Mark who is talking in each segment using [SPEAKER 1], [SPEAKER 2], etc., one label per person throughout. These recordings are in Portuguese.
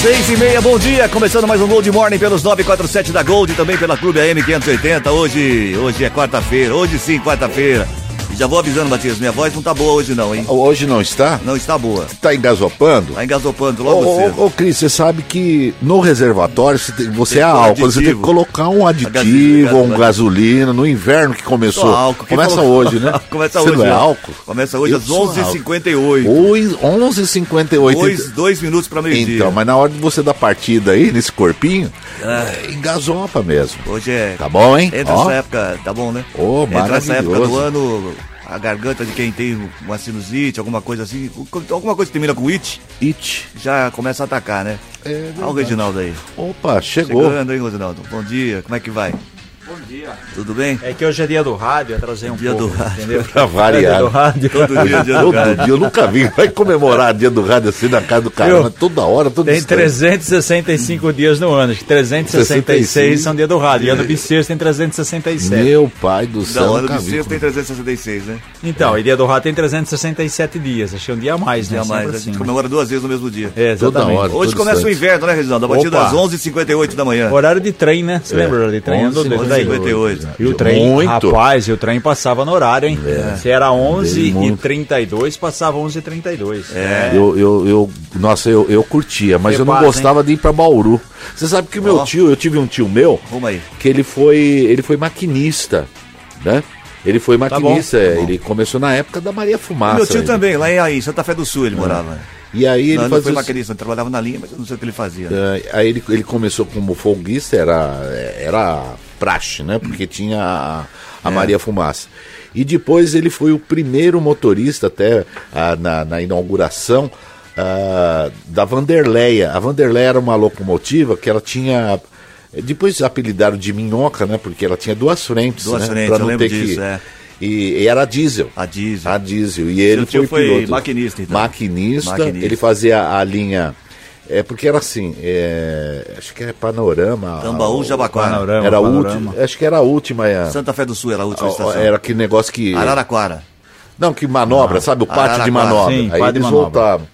[SPEAKER 1] Seis e meia, bom dia, começando mais um Gold Morning pelos 947 da Gold, também pela Clube AM 580, hoje, hoje é quarta-feira, hoje sim, quarta-feira. E já vou avisando, Matias, minha voz não tá boa hoje não, hein?
[SPEAKER 2] Hoje não está?
[SPEAKER 1] Não está boa,
[SPEAKER 2] Tá engasopando?
[SPEAKER 1] tá engasopando
[SPEAKER 2] Ô,
[SPEAKER 1] logo cedo.
[SPEAKER 2] ô, ô, Cris, você sabe que no reservatório você, tem- você
[SPEAKER 1] Tem
[SPEAKER 2] é
[SPEAKER 1] que pôr
[SPEAKER 2] álcool, você tem que
[SPEAKER 1] aditivo. Tá
[SPEAKER 2] colocar um
[SPEAKER 1] Gasolina,
[SPEAKER 2] aditivo, um
[SPEAKER 1] gasolina.
[SPEAKER 2] gasolina, no inverno que começou.
[SPEAKER 1] Só álcool. Quem
[SPEAKER 2] Começa
[SPEAKER 1] falou-
[SPEAKER 2] hoje, né?
[SPEAKER 1] Começa
[SPEAKER 2] você
[SPEAKER 1] hoje.
[SPEAKER 2] não é
[SPEAKER 1] né?
[SPEAKER 2] álcool?
[SPEAKER 1] Começa hoje
[SPEAKER 2] Eu
[SPEAKER 1] às
[SPEAKER 2] sou álcool.
[SPEAKER 1] 11h58.
[SPEAKER 2] Oi, 11h58.
[SPEAKER 1] Dois, dois minutos para meio-dia.
[SPEAKER 2] Então, mas na hora de você dar partida aí, nesse corpinho, é, engasopa mesmo.
[SPEAKER 1] Hoje é.
[SPEAKER 2] Tá bom, hein?
[SPEAKER 1] Entra
[SPEAKER 2] Ó.
[SPEAKER 1] essa época, tá bom, né?
[SPEAKER 2] Ô,
[SPEAKER 1] Entra essa época do
[SPEAKER 2] maravilhoso.
[SPEAKER 1] ano, a garganta de quem tem uma sinusite, alguma coisa assim, alguma coisa que termina com it,
[SPEAKER 2] It.
[SPEAKER 1] já começa a atacar, né?
[SPEAKER 2] É verdade.
[SPEAKER 1] Olha o Reginaldo aí.
[SPEAKER 2] Opa, chegou.
[SPEAKER 1] Chegando, hein, Reginaldo? Bom dia, como é que vai?
[SPEAKER 3] Bom dia.
[SPEAKER 1] Tudo bem?
[SPEAKER 3] É que hoje é dia do rádio, atrasei um
[SPEAKER 1] Dia
[SPEAKER 3] pouco.
[SPEAKER 1] do rádio.
[SPEAKER 3] Entendeu?
[SPEAKER 2] Pra variar.
[SPEAKER 3] É dia do rádio.
[SPEAKER 1] Todo dia, dia do
[SPEAKER 2] Tá Todo
[SPEAKER 1] cara.
[SPEAKER 2] dia, eu nunca vi. Vai comemorar dia do rádio assim na casa do caramba,
[SPEAKER 3] Viu?
[SPEAKER 2] toda hora, todo
[SPEAKER 3] Tem 365 dias no ano, acho que 366 são dia do rádio. E ano bissexto tem 367.
[SPEAKER 2] Meu pai do
[SPEAKER 1] Da
[SPEAKER 2] céu,
[SPEAKER 1] hora
[SPEAKER 2] nunca
[SPEAKER 1] do
[SPEAKER 2] vi.
[SPEAKER 1] sexto tem 366, né?
[SPEAKER 3] Então, e dia do rádio tem 367 dias. Achei um dia a
[SPEAKER 2] É
[SPEAKER 3] mais, né?
[SPEAKER 1] Dia a
[SPEAKER 3] Sempre
[SPEAKER 1] mais, a
[SPEAKER 3] assim,
[SPEAKER 1] gente
[SPEAKER 3] né?
[SPEAKER 1] comemora duas vezes no mesmo dia.
[SPEAKER 3] É,
[SPEAKER 2] Toda
[SPEAKER 3] exatamente.
[SPEAKER 2] hora.
[SPEAKER 1] Hoje
[SPEAKER 2] todo
[SPEAKER 1] começa o
[SPEAKER 2] santo.
[SPEAKER 1] inverno, né, Reginaldo? A partir
[SPEAKER 3] Opa.
[SPEAKER 1] das 11h58 da manhã.
[SPEAKER 3] Horário de trem, né? Você lembra o horário de trem? Andou
[SPEAKER 2] 11,
[SPEAKER 3] dois
[SPEAKER 2] 11,
[SPEAKER 3] daí.
[SPEAKER 1] 58.
[SPEAKER 3] E o trem,
[SPEAKER 2] Muito.
[SPEAKER 3] rapaz, e o trem passava no horário, hein? Se era 11 e
[SPEAKER 2] Muito.
[SPEAKER 3] 32, passava 11 e 32. É.
[SPEAKER 2] Eu, eu, eu, nossa, eu, eu curtia, mas eu não
[SPEAKER 3] Prepara,
[SPEAKER 2] gostava de ir pra Bauru. Você sabe que o meu
[SPEAKER 1] Ó.
[SPEAKER 2] tio, eu tive um tio meu,
[SPEAKER 1] Vamos aí.
[SPEAKER 2] que ele foi, ele foi maquinista, né? Ele foi
[SPEAKER 1] Tá
[SPEAKER 2] maquinista,
[SPEAKER 3] bom,
[SPEAKER 2] é, ele começou na época da Maria Fumaça.
[SPEAKER 1] Meu tio
[SPEAKER 2] ele-
[SPEAKER 1] também, lá em, em Santa Fé do Sul ele morava.
[SPEAKER 2] E aí É. ele
[SPEAKER 1] Não, ele não
[SPEAKER 2] fazia
[SPEAKER 1] foi
[SPEAKER 2] os-
[SPEAKER 1] maquinista, ele trabalhava na linha, mas eu não sei o que ele fazia.
[SPEAKER 2] É, aí ele, ele começou como folguista, era, era praxe, né? Porque tinha a,
[SPEAKER 1] É.
[SPEAKER 2] a Maria Fumaça. E depois ele foi o primeiro motorista até ah, na, na inauguração ah, da Vanderleia. A Vanderleia era uma locomotiva que ela tinha. Depois apelidaram de minhoca, né? Porque ela tinha duas frentes.
[SPEAKER 1] Duas
[SPEAKER 2] né?
[SPEAKER 1] frentes, eu lembro disso, é.
[SPEAKER 2] E, e era diesel.
[SPEAKER 1] A diesel.
[SPEAKER 2] A diesel. E ele
[SPEAKER 1] tio
[SPEAKER 2] foi,
[SPEAKER 1] foi
[SPEAKER 2] piloto.
[SPEAKER 1] maquinista, então.
[SPEAKER 2] Maquinista,
[SPEAKER 1] Maquinista.
[SPEAKER 2] Ele fazia a linha. É porque era assim, é, acho que era Panorama.
[SPEAKER 1] Tambaú,
[SPEAKER 2] a-
[SPEAKER 1] Jabaquara.
[SPEAKER 3] Panorama,
[SPEAKER 2] Era a
[SPEAKER 3] panorama.
[SPEAKER 2] última, acho que era a última. é,
[SPEAKER 1] Santa Fé do Sul era a última
[SPEAKER 2] a-
[SPEAKER 1] estação.
[SPEAKER 2] era aquele negócio que.
[SPEAKER 1] Araraquara.
[SPEAKER 2] Não, que manobra, sabe? O pátio
[SPEAKER 1] Araraquara.
[SPEAKER 2] de manobra.
[SPEAKER 3] Sim,
[SPEAKER 2] Aí
[SPEAKER 3] pátio de
[SPEAKER 2] eles
[SPEAKER 3] manobra.
[SPEAKER 2] voltavam.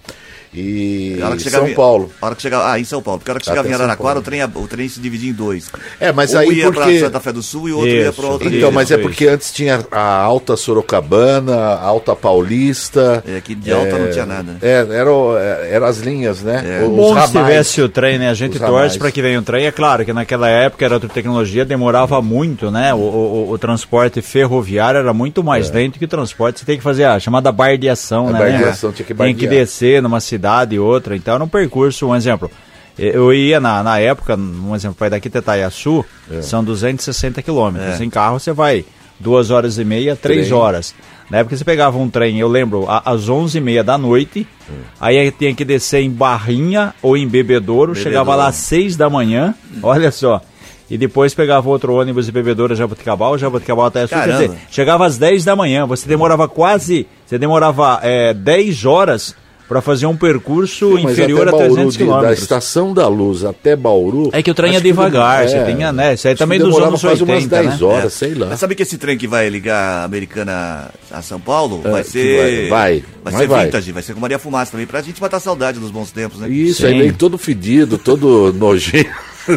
[SPEAKER 2] E
[SPEAKER 1] A hora que chegava
[SPEAKER 2] São
[SPEAKER 1] em-
[SPEAKER 2] Paulo.
[SPEAKER 1] a hora que chegava, ah, em São Paulo. Porque a hora que chegava
[SPEAKER 2] Até
[SPEAKER 1] em
[SPEAKER 2] São
[SPEAKER 1] Araraquara,
[SPEAKER 2] Paulo.
[SPEAKER 1] o trem, ia- o trem se dividia em dois.
[SPEAKER 2] É, mas
[SPEAKER 1] um
[SPEAKER 2] aí
[SPEAKER 1] ia
[SPEAKER 2] porque-
[SPEAKER 1] pra Santa Fé do Sul e o outro ia
[SPEAKER 3] Isso,
[SPEAKER 1] pra outra.
[SPEAKER 2] Então,
[SPEAKER 3] Isso,
[SPEAKER 2] mas é
[SPEAKER 3] isso.
[SPEAKER 2] porque antes tinha a Alta Sorocabana, a Alta Paulista.
[SPEAKER 1] É, que de alta não tinha nada, É. né?
[SPEAKER 2] É, era, o- é, eram as linhas, né? Os
[SPEAKER 3] Bom
[SPEAKER 2] ramais.
[SPEAKER 3] se tivesse o trem, né? A gente
[SPEAKER 2] Os ramais.
[SPEAKER 3] torce para que venha o trem. É claro que naquela época era outra tecnologia, demorava muito, né? O, o- o- o transporte ferroviário era muito mais lento que o transporte. Você tem que fazer a chamada bardeação,
[SPEAKER 2] É. A
[SPEAKER 3] né?
[SPEAKER 2] bardeação, tinha que
[SPEAKER 3] Tem que
[SPEAKER 2] bardear.
[SPEAKER 3] descer numa cidade e outra. Então era um percurso, um exemplo. Eu ia na, na época, um exemplo, vai daqui até Itaiaçu, são 260 quilômetros. Em carro você vai duas horas e meia, três
[SPEAKER 2] Trem.
[SPEAKER 3] horas horas. Na época você pegava um trem, eu lembro, a- às 11h30 da noite, aí tinha que descer em Barrinha ou em Bebedouro, chegava lá às 6 da manhã, olha só. E depois pegava outro ônibus em Bebedouro, Jabuticabal, Jabuticabal até Sul, quer
[SPEAKER 1] Caramba.
[SPEAKER 3] dizer, chegava às 10 da manhã, você demorava quase, você demorava é, 10 horas para fazer um percurso
[SPEAKER 2] Mas
[SPEAKER 3] inferior
[SPEAKER 2] até
[SPEAKER 3] a
[SPEAKER 2] Bauru,
[SPEAKER 3] 300
[SPEAKER 2] de- Da
[SPEAKER 3] quilômetros.
[SPEAKER 2] Estação da Luz até Bauru.
[SPEAKER 3] É que o trem
[SPEAKER 2] acho
[SPEAKER 3] é devagar,
[SPEAKER 2] que-
[SPEAKER 3] você tinha, né, isso aí
[SPEAKER 2] acho
[SPEAKER 3] também
[SPEAKER 2] que
[SPEAKER 3] dos
[SPEAKER 2] demorava
[SPEAKER 3] anos
[SPEAKER 2] quase
[SPEAKER 3] 80,
[SPEAKER 2] umas 10
[SPEAKER 3] né?
[SPEAKER 2] horas, sei lá.
[SPEAKER 1] É. Mas sabe que esse trem que vai ligar a Americana a São Paulo vai
[SPEAKER 2] É, que
[SPEAKER 1] ser.
[SPEAKER 2] vai, vai.
[SPEAKER 1] vai.
[SPEAKER 2] Mas
[SPEAKER 1] ser
[SPEAKER 2] vai.
[SPEAKER 1] vintage, vai ser com Maria Fumaça também, pra gente matar a saudade dos bons tempos, né?
[SPEAKER 2] Isso, aí
[SPEAKER 3] Sim.
[SPEAKER 2] veio todo fedido, todo nojento.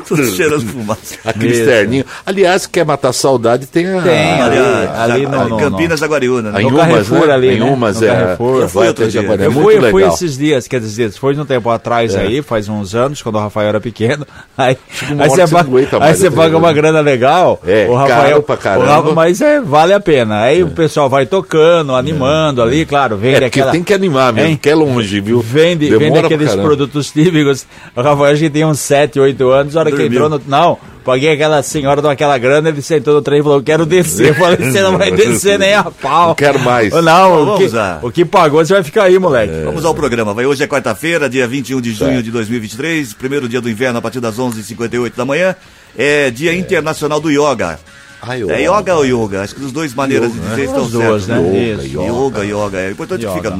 [SPEAKER 1] Tudo cheirando fumaça.
[SPEAKER 2] Aquele
[SPEAKER 3] Isso.
[SPEAKER 2] externinho. Aliás, quer matar saudade, tem a.
[SPEAKER 3] Tem,
[SPEAKER 1] Ali,
[SPEAKER 3] Ah, ali
[SPEAKER 1] a-
[SPEAKER 3] não,
[SPEAKER 1] a
[SPEAKER 3] não,
[SPEAKER 1] Campinas Jaguariúna, né?
[SPEAKER 2] a em
[SPEAKER 3] No
[SPEAKER 2] umas,
[SPEAKER 3] Carrefour
[SPEAKER 2] né?
[SPEAKER 3] ali,
[SPEAKER 2] Em
[SPEAKER 3] né?
[SPEAKER 2] umas,
[SPEAKER 3] No
[SPEAKER 2] é.
[SPEAKER 3] Carrefour.
[SPEAKER 1] Eu fui
[SPEAKER 2] vai
[SPEAKER 1] outro
[SPEAKER 2] até
[SPEAKER 1] dia.
[SPEAKER 2] Jaguaré,
[SPEAKER 3] eu
[SPEAKER 2] é muito
[SPEAKER 3] fui, eu
[SPEAKER 2] legal. É.
[SPEAKER 3] fui esses dias, quer dizer, foi num tempo atrás aí, faz uns anos, quando o Rafael era pequeno. Aí,
[SPEAKER 2] uma hora
[SPEAKER 3] aí
[SPEAKER 2] que
[SPEAKER 3] você
[SPEAKER 2] você não
[SPEAKER 3] paga,
[SPEAKER 2] aguenta
[SPEAKER 3] aí
[SPEAKER 2] mais,
[SPEAKER 3] você
[SPEAKER 2] né?
[SPEAKER 3] paga uma grana legal.
[SPEAKER 2] É,
[SPEAKER 3] o Rafael,
[SPEAKER 2] caro pra
[SPEAKER 3] o
[SPEAKER 2] caramba.
[SPEAKER 3] Rafa- mas é, vale a pena. Aí o pessoal vai tocando, animando ali, claro, vende
[SPEAKER 2] É, porque
[SPEAKER 3] aquela.
[SPEAKER 2] tem que animar mesmo,
[SPEAKER 3] Hein?
[SPEAKER 2] que é longe, viu?
[SPEAKER 3] Vende,
[SPEAKER 2] Demora
[SPEAKER 3] vende
[SPEAKER 2] pra
[SPEAKER 3] aqueles
[SPEAKER 2] caramba.
[SPEAKER 3] produtos típicos. O Rafael acho que tem uns 7, 8 anos, a hora que
[SPEAKER 1] Dormiu.
[SPEAKER 3] entrou no. Não, paguei aquela senhora com aquela grana, ele sentou no trem e falou: quero descer. Eu falei, você não vai descer nem a pau.
[SPEAKER 2] Não quero mais.
[SPEAKER 3] Não, o
[SPEAKER 1] Vamos
[SPEAKER 3] que,
[SPEAKER 1] lá.
[SPEAKER 3] o que pagou, você vai ficar aí, moleque.
[SPEAKER 1] Vamos ao programa. Vai hoje é um quarta-feira, dia 21 de junho de 2023, primeiro dia do inverno a partir das 11h58 da manhã. é Dia Internacional do Yoga.
[SPEAKER 2] Ah,
[SPEAKER 1] É yoga ou yoga? Acho que as duas maneiras de dizer estão
[SPEAKER 3] As duas,
[SPEAKER 1] certas.
[SPEAKER 3] né?
[SPEAKER 2] Yoga,
[SPEAKER 3] Isso.
[SPEAKER 1] Yoga, yoga. É importante que
[SPEAKER 3] Yoga.
[SPEAKER 1] fica.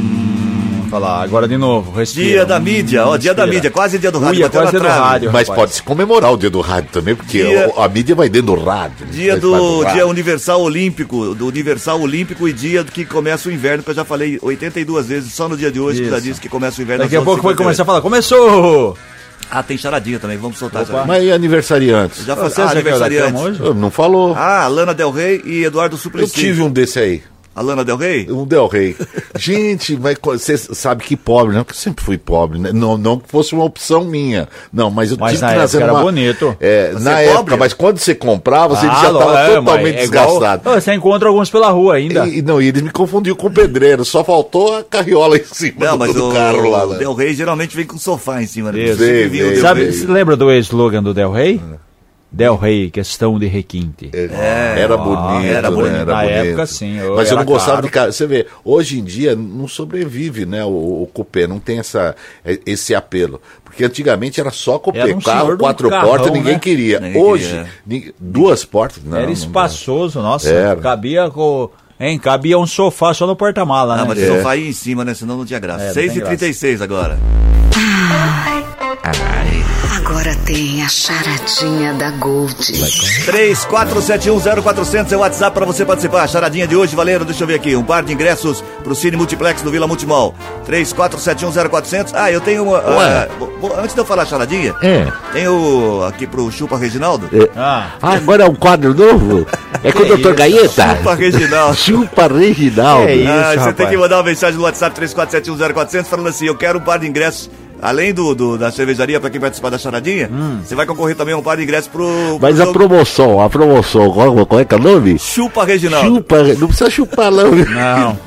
[SPEAKER 3] Vamos falar agora de novo. Respira.
[SPEAKER 1] Dia da mídia, ó, dia da
[SPEAKER 3] Respira.
[SPEAKER 1] mídia, quase dia do rádio,
[SPEAKER 3] Ui, é
[SPEAKER 1] bateu
[SPEAKER 3] quase
[SPEAKER 1] na
[SPEAKER 3] dia do
[SPEAKER 1] trave.
[SPEAKER 3] rádio.
[SPEAKER 2] Mas
[SPEAKER 3] rapaz.
[SPEAKER 2] pode se comemorar o dia do rádio também, porque
[SPEAKER 1] Dia-
[SPEAKER 2] o- a mídia vai dentro do rádio. né?
[SPEAKER 1] Dia
[SPEAKER 2] vai pra
[SPEAKER 1] do
[SPEAKER 2] rádio.
[SPEAKER 1] Dia Universal Olímpico, do Universal Olímpico e dia que começa o inverno, que eu já falei 82 vezes só no dia de hoje, que já
[SPEAKER 3] Isso.
[SPEAKER 1] disse que começa o inverno.
[SPEAKER 3] Daqui a
[SPEAKER 1] às
[SPEAKER 3] pouco vai
[SPEAKER 1] 11h58.
[SPEAKER 3] começar a falar. Começou!
[SPEAKER 1] Ah, tem charadinha também, vamos soltar
[SPEAKER 3] Opa.
[SPEAKER 1] já.
[SPEAKER 2] Mas e aniversariantes?
[SPEAKER 1] Já
[SPEAKER 3] Você
[SPEAKER 1] passei ah,
[SPEAKER 3] já caiu da cama
[SPEAKER 1] aniversariante.
[SPEAKER 3] hoje?
[SPEAKER 2] Eu Não falou.
[SPEAKER 1] Ah, Lana Del Rey e Eduardo
[SPEAKER 2] eu
[SPEAKER 1] Suplicy.
[SPEAKER 2] tive um desse aí.
[SPEAKER 1] A Lana Del Rey?
[SPEAKER 2] Um Del Rey. Gente, mas co- você sabe que pobre, não? Que eu sempre fui pobre, né? Não, não que fosse uma opção minha. Não, mas eu
[SPEAKER 3] Mas
[SPEAKER 2] tive
[SPEAKER 3] na
[SPEAKER 2] que trazer
[SPEAKER 3] época era
[SPEAKER 2] uma-
[SPEAKER 3] bonito.
[SPEAKER 2] É,
[SPEAKER 1] Você
[SPEAKER 2] na
[SPEAKER 1] é
[SPEAKER 2] época,
[SPEAKER 1] pobre?
[SPEAKER 2] mas quando você comprava, você já
[SPEAKER 3] lo-
[SPEAKER 2] estava
[SPEAKER 3] é, mas
[SPEAKER 2] totalmente
[SPEAKER 3] é igual-
[SPEAKER 2] desgastado.
[SPEAKER 3] Ah, Você encontra alguns pela rua ainda.
[SPEAKER 2] E, e não, e ele me confundiu com o pedreiro, só faltou a carriola em cima
[SPEAKER 1] Não,
[SPEAKER 2] um do,
[SPEAKER 1] mas
[SPEAKER 2] do
[SPEAKER 1] o
[SPEAKER 2] carro lá. né?
[SPEAKER 1] Del Rey geralmente vem com sofá em cima. Né?
[SPEAKER 3] Isso.
[SPEAKER 1] Sempre
[SPEAKER 2] Vem,
[SPEAKER 1] vi o
[SPEAKER 2] vem.
[SPEAKER 1] Del
[SPEAKER 3] Sabe,
[SPEAKER 1] Rey.
[SPEAKER 3] se lembra do slogan do Del Rey? Del Rey, questão de requinte.
[SPEAKER 2] É, era bonito,
[SPEAKER 1] era
[SPEAKER 2] né?
[SPEAKER 1] bonito.
[SPEAKER 2] Era
[SPEAKER 3] Na
[SPEAKER 2] bonito.
[SPEAKER 3] época, sim, eu-
[SPEAKER 2] Mas eu
[SPEAKER 3] era
[SPEAKER 2] não gostava
[SPEAKER 3] caro.
[SPEAKER 2] de carro. Você vê, hoje em dia não sobrevive, né? O, o cupê não tem essa, eh, esse apelo. Porque antigamente era só cupê.
[SPEAKER 3] Era um senhor de
[SPEAKER 2] carro,
[SPEAKER 3] um
[SPEAKER 2] quatro
[SPEAKER 3] carrão,
[SPEAKER 2] portas, ninguém
[SPEAKER 3] né?
[SPEAKER 2] queria.
[SPEAKER 1] Ninguém
[SPEAKER 2] hoje,
[SPEAKER 1] queria.
[SPEAKER 2] ni- duas portas. Não,
[SPEAKER 3] Era
[SPEAKER 2] não
[SPEAKER 3] espaçoso, nossa.
[SPEAKER 2] Era.
[SPEAKER 3] Cabia com. Hein, cabia um sofá só no porta-mala, né?
[SPEAKER 1] Ah, mas
[SPEAKER 2] É.
[SPEAKER 1] o sofá aí em cima, né? Senão não tinha
[SPEAKER 3] É,
[SPEAKER 1] graça.
[SPEAKER 3] não
[SPEAKER 1] 6h36 agora.
[SPEAKER 4] Agora tem a charadinha da Gold.
[SPEAKER 1] 34710400 é o WhatsApp pra você participar. A charadinha de hoje, Valero, deixa eu ver aqui. Um par de ingressos pro Cine Multiplex do Vila Multimol. 34710400. Ah, eu tenho uma.
[SPEAKER 2] Ué.
[SPEAKER 1] ah, bo- bo- antes de eu falar a charadinha,
[SPEAKER 2] É.
[SPEAKER 1] tenho aqui pro Chupa Reginaldo.
[SPEAKER 3] Ah,
[SPEAKER 2] Ah, agora é um quadro novo? É com
[SPEAKER 3] Que o Dr. isso?
[SPEAKER 2] Gaeta?
[SPEAKER 1] Chupa Reginaldo.
[SPEAKER 2] Chupa Reginaldo.
[SPEAKER 3] Que isso?
[SPEAKER 1] Ah, você tem
[SPEAKER 3] rapaz.
[SPEAKER 1] que mandar uma mensagem no WhatsApp 34710400 falando assim: eu quero um par de ingressos. Além do, do- da cervejaria, pra quem participar da charadinha, você vai concorrer também a um par de ingressos pro. pro jogo
[SPEAKER 2] promoção, a promoção, qual, é que é o nome?
[SPEAKER 1] Chupa Reginaldo.
[SPEAKER 2] não precisa chupar não.
[SPEAKER 3] não.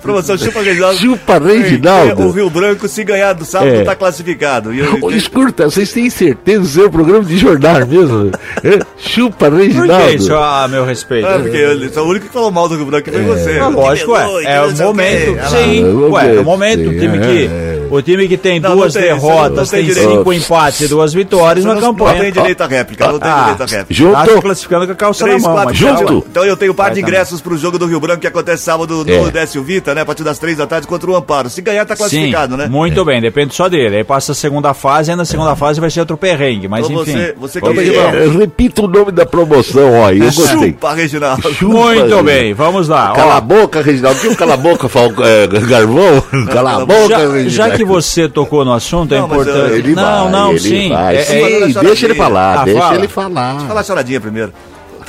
[SPEAKER 1] Promoção Chupa Reginaldo. É,
[SPEAKER 2] Chupa Reginaldo.
[SPEAKER 1] O Rio Branco, se ganhar do sábado,
[SPEAKER 2] É.
[SPEAKER 1] tá classificado. E eu-
[SPEAKER 2] Ô, escuta, vocês têm certeza do seu programa de jornal mesmo? É, Chupa,
[SPEAKER 3] Por
[SPEAKER 2] Reginaldo.
[SPEAKER 3] que isso, a meu respeito?
[SPEAKER 1] É, porque eu sou o único que falou mal do Rio Branco, que foi você.
[SPEAKER 3] Ah, lógico, é. É o
[SPEAKER 1] Não sei
[SPEAKER 3] momento.
[SPEAKER 1] quê. Ah,
[SPEAKER 3] Sim,
[SPEAKER 2] Ah,
[SPEAKER 3] ué, é
[SPEAKER 2] momento,
[SPEAKER 3] o momento. O
[SPEAKER 2] sim,
[SPEAKER 3] time
[SPEAKER 2] é,
[SPEAKER 3] que, o time que tem
[SPEAKER 1] Não, não
[SPEAKER 3] duas
[SPEAKER 1] tem, você não- não
[SPEAKER 3] derrotas,
[SPEAKER 1] tem
[SPEAKER 3] tem
[SPEAKER 1] direito.
[SPEAKER 3] cinco empates e duas vitórias
[SPEAKER 1] Não,
[SPEAKER 3] na
[SPEAKER 1] não tem
[SPEAKER 3] campanha. Ah,
[SPEAKER 1] direito à réplica, não tem direito à réplica.
[SPEAKER 2] Junto.
[SPEAKER 3] Tá se classificando com a calça na
[SPEAKER 1] Três,
[SPEAKER 3] mão.
[SPEAKER 1] quatro,
[SPEAKER 3] mas
[SPEAKER 1] quatro.
[SPEAKER 3] calma.
[SPEAKER 2] Junto.
[SPEAKER 1] Então eu tenho um par
[SPEAKER 3] Vai
[SPEAKER 1] de
[SPEAKER 3] também.
[SPEAKER 1] ingressos pro jogo do Rio Branco que acontece sábado no
[SPEAKER 2] É.
[SPEAKER 1] Décio Vita, né? A partir das três da tarde contra o Amparo. Se ganhar, tá
[SPEAKER 3] Sim,
[SPEAKER 1] classificado, né?
[SPEAKER 3] muito
[SPEAKER 2] É.
[SPEAKER 3] bem, depende só dele. Aí passa a segunda fase, aí na segunda fase vai ser outro perrengue, mas
[SPEAKER 1] Então
[SPEAKER 3] enfim.
[SPEAKER 1] você- você
[SPEAKER 3] Vamos
[SPEAKER 1] que-
[SPEAKER 3] que vamos.
[SPEAKER 2] É, repita o nome da promoção, ó, eu gostei.
[SPEAKER 1] Chupa, Reginaldo.
[SPEAKER 2] Chupa,
[SPEAKER 3] Muito
[SPEAKER 2] Reginaldo.
[SPEAKER 3] bem, vamos lá.
[SPEAKER 2] Cala
[SPEAKER 3] Ó,
[SPEAKER 2] a boca, Reginaldo. Viu? Cala a boca, Fal... é, Garvão. Cala a boca,
[SPEAKER 3] já,
[SPEAKER 2] Reginaldo.
[SPEAKER 3] já que você tocou no assunto, é
[SPEAKER 1] Não, mas eu-
[SPEAKER 3] importante.
[SPEAKER 2] Ele
[SPEAKER 3] não,
[SPEAKER 2] vai,
[SPEAKER 3] não,
[SPEAKER 2] ele
[SPEAKER 3] sim.
[SPEAKER 2] vai.
[SPEAKER 3] é-
[SPEAKER 2] Sim,
[SPEAKER 3] é-
[SPEAKER 1] Manda na
[SPEAKER 2] deixa ele
[SPEAKER 1] charadinha.
[SPEAKER 2] falar,
[SPEAKER 3] Ah,
[SPEAKER 2] deixa
[SPEAKER 3] fala.
[SPEAKER 2] ele falar.
[SPEAKER 1] Fala a charadinha primeiro.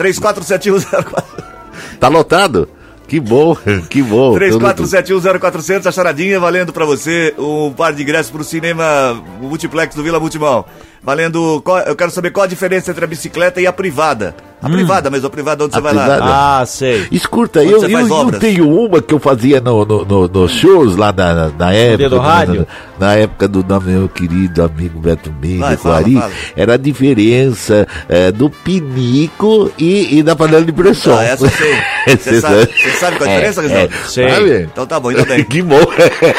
[SPEAKER 1] 34710400.
[SPEAKER 2] Tá lotado? Que bom, que bom. Tudo-
[SPEAKER 1] 34710400, a charadinha valendo pra você um par de ingressos pro cinema multiplex do Vila Multimão. Valendo, qual- eu quero saber qual a diferença entre a bicicleta e a privada. A privada mesmo, a privada onde
[SPEAKER 2] Hum. A
[SPEAKER 1] você vai
[SPEAKER 2] privada.
[SPEAKER 1] lá.
[SPEAKER 3] Ah, sei.
[SPEAKER 2] Escuta,
[SPEAKER 1] Onde
[SPEAKER 2] eu,
[SPEAKER 1] você
[SPEAKER 2] eu,
[SPEAKER 1] faz
[SPEAKER 2] eu
[SPEAKER 1] obras?
[SPEAKER 2] tenho uma que eu fazia no, no, no- nos shows lá na, na- na época.
[SPEAKER 3] do
[SPEAKER 2] na-
[SPEAKER 3] rádio?
[SPEAKER 2] Na, na época do nome meu querido amigo Beto
[SPEAKER 1] Vai,
[SPEAKER 2] Mendes, o
[SPEAKER 1] fala,
[SPEAKER 2] Ari,
[SPEAKER 1] fala.
[SPEAKER 2] era a diferença eh, do pinico e, e da panela de pressão.
[SPEAKER 1] Ah, essa eu sei. Você
[SPEAKER 2] Cê
[SPEAKER 1] sabe, você sabe qual a
[SPEAKER 2] É,
[SPEAKER 1] diferença, Reginaldo?
[SPEAKER 2] é,
[SPEAKER 3] Sei.
[SPEAKER 2] sabe?
[SPEAKER 1] Então tá bom, ainda bem.
[SPEAKER 2] que bom.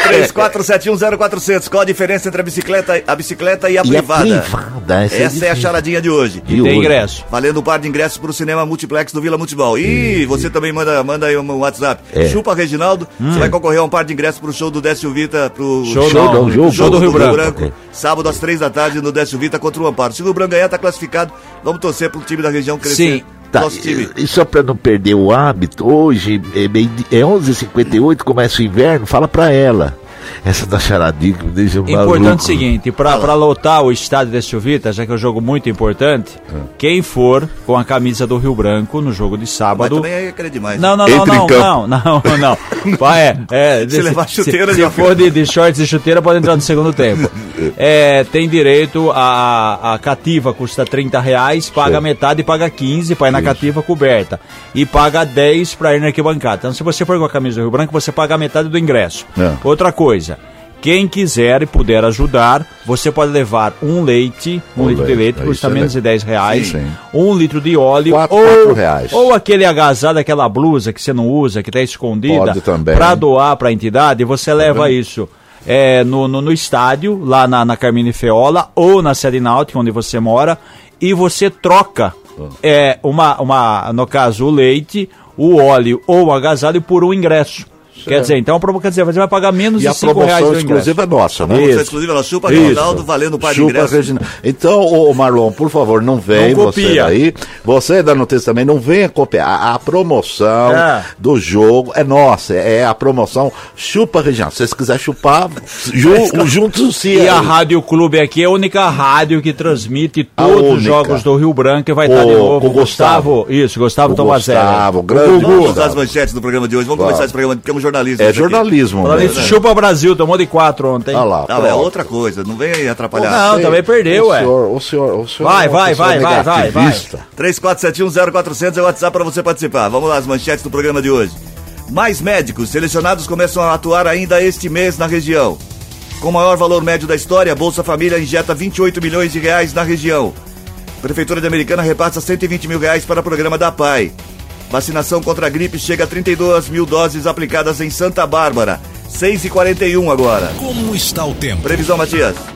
[SPEAKER 1] 34710400, qual a diferença entre a bicicleta, a bicicleta e a
[SPEAKER 2] E a
[SPEAKER 1] privada?
[SPEAKER 2] privada, essa é
[SPEAKER 1] Essa é a
[SPEAKER 2] difícil.
[SPEAKER 1] charadinha de hoje.
[SPEAKER 2] E
[SPEAKER 3] Tem
[SPEAKER 2] hoje?
[SPEAKER 3] ingresso.
[SPEAKER 1] Valendo um par de ingressos pro cinema multiplex do Vila Multibol. E você também manda, manda aí um WhatsApp.
[SPEAKER 2] É.
[SPEAKER 1] Chupa, Reginaldo. Você vai concorrer a um par de ingressos pro show do Décio Vita, pro
[SPEAKER 3] Show,
[SPEAKER 2] Show
[SPEAKER 3] não,
[SPEAKER 2] não, jogo.
[SPEAKER 3] show do Rio Branco.
[SPEAKER 1] Sábado às três da tarde no Décio Vita contra o Amparo. Se o Rio Branco ganhar, tá classificado. Vamos torcer pro time da região crescer.
[SPEAKER 3] Sim.
[SPEAKER 2] Tá,
[SPEAKER 1] Nosso time.
[SPEAKER 2] e, e só pra não perder o hábito, hoje é, meio di- é 11h58, começa o inverno, fala pra ela. Essa da charadinha que me deixa um maluco. né?
[SPEAKER 3] Importante o seguinte, pra, pra lotar o estádio da Silvita, já que é um jogo muito importante,
[SPEAKER 2] É.
[SPEAKER 3] quem for com a camisa do Rio Branco no jogo de
[SPEAKER 1] Mas
[SPEAKER 3] sábado.
[SPEAKER 1] também é querer demais.
[SPEAKER 3] Não, não, não,
[SPEAKER 2] Entre em
[SPEAKER 3] não, não,
[SPEAKER 2] campo.
[SPEAKER 3] não, não, Vai, é, é,
[SPEAKER 1] Se levar chuteira,
[SPEAKER 3] se,
[SPEAKER 1] já
[SPEAKER 3] se for de, de shorts e chuteira, pode entrar no segundo tempo. É, tem direito a, a cativa, custa 30 reais, paga
[SPEAKER 2] Sim.
[SPEAKER 3] metade e paga 15 pra ir na cativa coberta. E paga 10 pra ir na arquibancada. Então, se você for com a camisa do Rio Branco, você paga a metade do ingresso.
[SPEAKER 2] É.
[SPEAKER 3] Outra coisa. Quem quiser e puder ajudar, você pode levar um leite, um,
[SPEAKER 2] Um
[SPEAKER 3] litro de
[SPEAKER 2] leite,
[SPEAKER 3] leite,
[SPEAKER 2] é,
[SPEAKER 3] custa
[SPEAKER 2] isso é
[SPEAKER 3] menos de 10 reais,
[SPEAKER 2] Sim.
[SPEAKER 3] um litro de óleo,
[SPEAKER 2] Quatro-
[SPEAKER 3] ou,
[SPEAKER 2] quatro reais.
[SPEAKER 3] ou aquele agasalho, aquela blusa que você não usa, que está escondida,
[SPEAKER 2] Pode também. Tá
[SPEAKER 3] para doar para a entidade, você leva isso é, no, no, no estádio, lá na, na Carmine Feola, ou na sede náutica, onde você mora, e você troca
[SPEAKER 2] Ah.
[SPEAKER 3] é, uma, uma, no caso, o leite, o óleo ou o agasalho por um ingresso. Quer dizer, então a promoção quer dizer, você vai pagar menos
[SPEAKER 2] E
[SPEAKER 3] de
[SPEAKER 2] a
[SPEAKER 3] 5 reais
[SPEAKER 2] promoção
[SPEAKER 3] do ingresso.
[SPEAKER 2] exclusiva é nossa, né?
[SPEAKER 1] Promoção
[SPEAKER 3] Isso.
[SPEAKER 1] exclusiva da Chupa
[SPEAKER 2] Isso.
[SPEAKER 1] Reginaldo, valendo o par de
[SPEAKER 2] Chupa
[SPEAKER 1] ingressos.
[SPEAKER 2] Reginaldo. Então, ô, ô, Marlon, por favor, não vem
[SPEAKER 3] Não
[SPEAKER 2] você
[SPEAKER 3] copia.
[SPEAKER 2] daí. Você é da Notícia também, não venha copiar. A, a promoção
[SPEAKER 3] É.
[SPEAKER 2] do jogo é nossa, é a promoção Chupa Reginaldo. Se vocês quiserem chupar, ju, juntos se
[SPEAKER 3] E a Rádio Clube aqui é a única rádio que transmite
[SPEAKER 2] A
[SPEAKER 3] todos os
[SPEAKER 2] única.
[SPEAKER 3] jogos do Rio Branco e vai
[SPEAKER 2] Com-
[SPEAKER 3] estar de novo.
[SPEAKER 2] com o Gustavo.
[SPEAKER 3] Isso, Gustavo
[SPEAKER 2] O
[SPEAKER 3] Tomazelli.
[SPEAKER 2] Gustavo, grande
[SPEAKER 1] Vamos
[SPEAKER 2] Gustavo.
[SPEAKER 1] usar as manchetes do programa de hoje. Vamos
[SPEAKER 2] Vamos.
[SPEAKER 1] começar esse programa, porque é um jornalista.
[SPEAKER 2] É
[SPEAKER 1] isso aqui.
[SPEAKER 2] jornalismo.
[SPEAKER 3] Falando
[SPEAKER 2] né?
[SPEAKER 3] isso, chupa Brasil, tomou de quatro ontem.
[SPEAKER 2] Olha lá,
[SPEAKER 1] Não,
[SPEAKER 2] pronto.
[SPEAKER 1] é outra coisa. Não vem aí atrapalhar.
[SPEAKER 3] Não,
[SPEAKER 2] Sei,
[SPEAKER 3] também perdeu,
[SPEAKER 2] o
[SPEAKER 3] ué.
[SPEAKER 2] Senhor, o senhor, o senhor.
[SPEAKER 3] Vai,
[SPEAKER 2] é uma
[SPEAKER 3] vai,
[SPEAKER 2] pessoa
[SPEAKER 3] vai, vai, vai, vai.
[SPEAKER 2] negativista.
[SPEAKER 1] 34710400 é o WhatsApp para você participar. Vamos lá, as manchetes do programa de hoje. Mais médicos selecionados começam a atuar ainda este mês na região. Com o maior valor médio da história, Bolsa Família injeta 28 milhões de reais na região. Prefeitura de Americana repassa 120 mil reais para o programa da PAI. Vacinação contra a gripe chega a 32 mil doses aplicadas em Santa Bárbara. 6h41 agora.
[SPEAKER 5] Como está o tempo?
[SPEAKER 1] Previsão, Matias.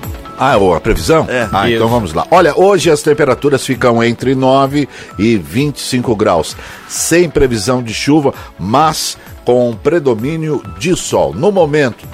[SPEAKER 2] Ah, ou a previsão?
[SPEAKER 1] É.
[SPEAKER 2] Ah, então vamos lá. Olha, hoje as temperaturas ficam entre 9 e 25 graus, sem previsão de chuva, mas com predomínio de sol. No momento,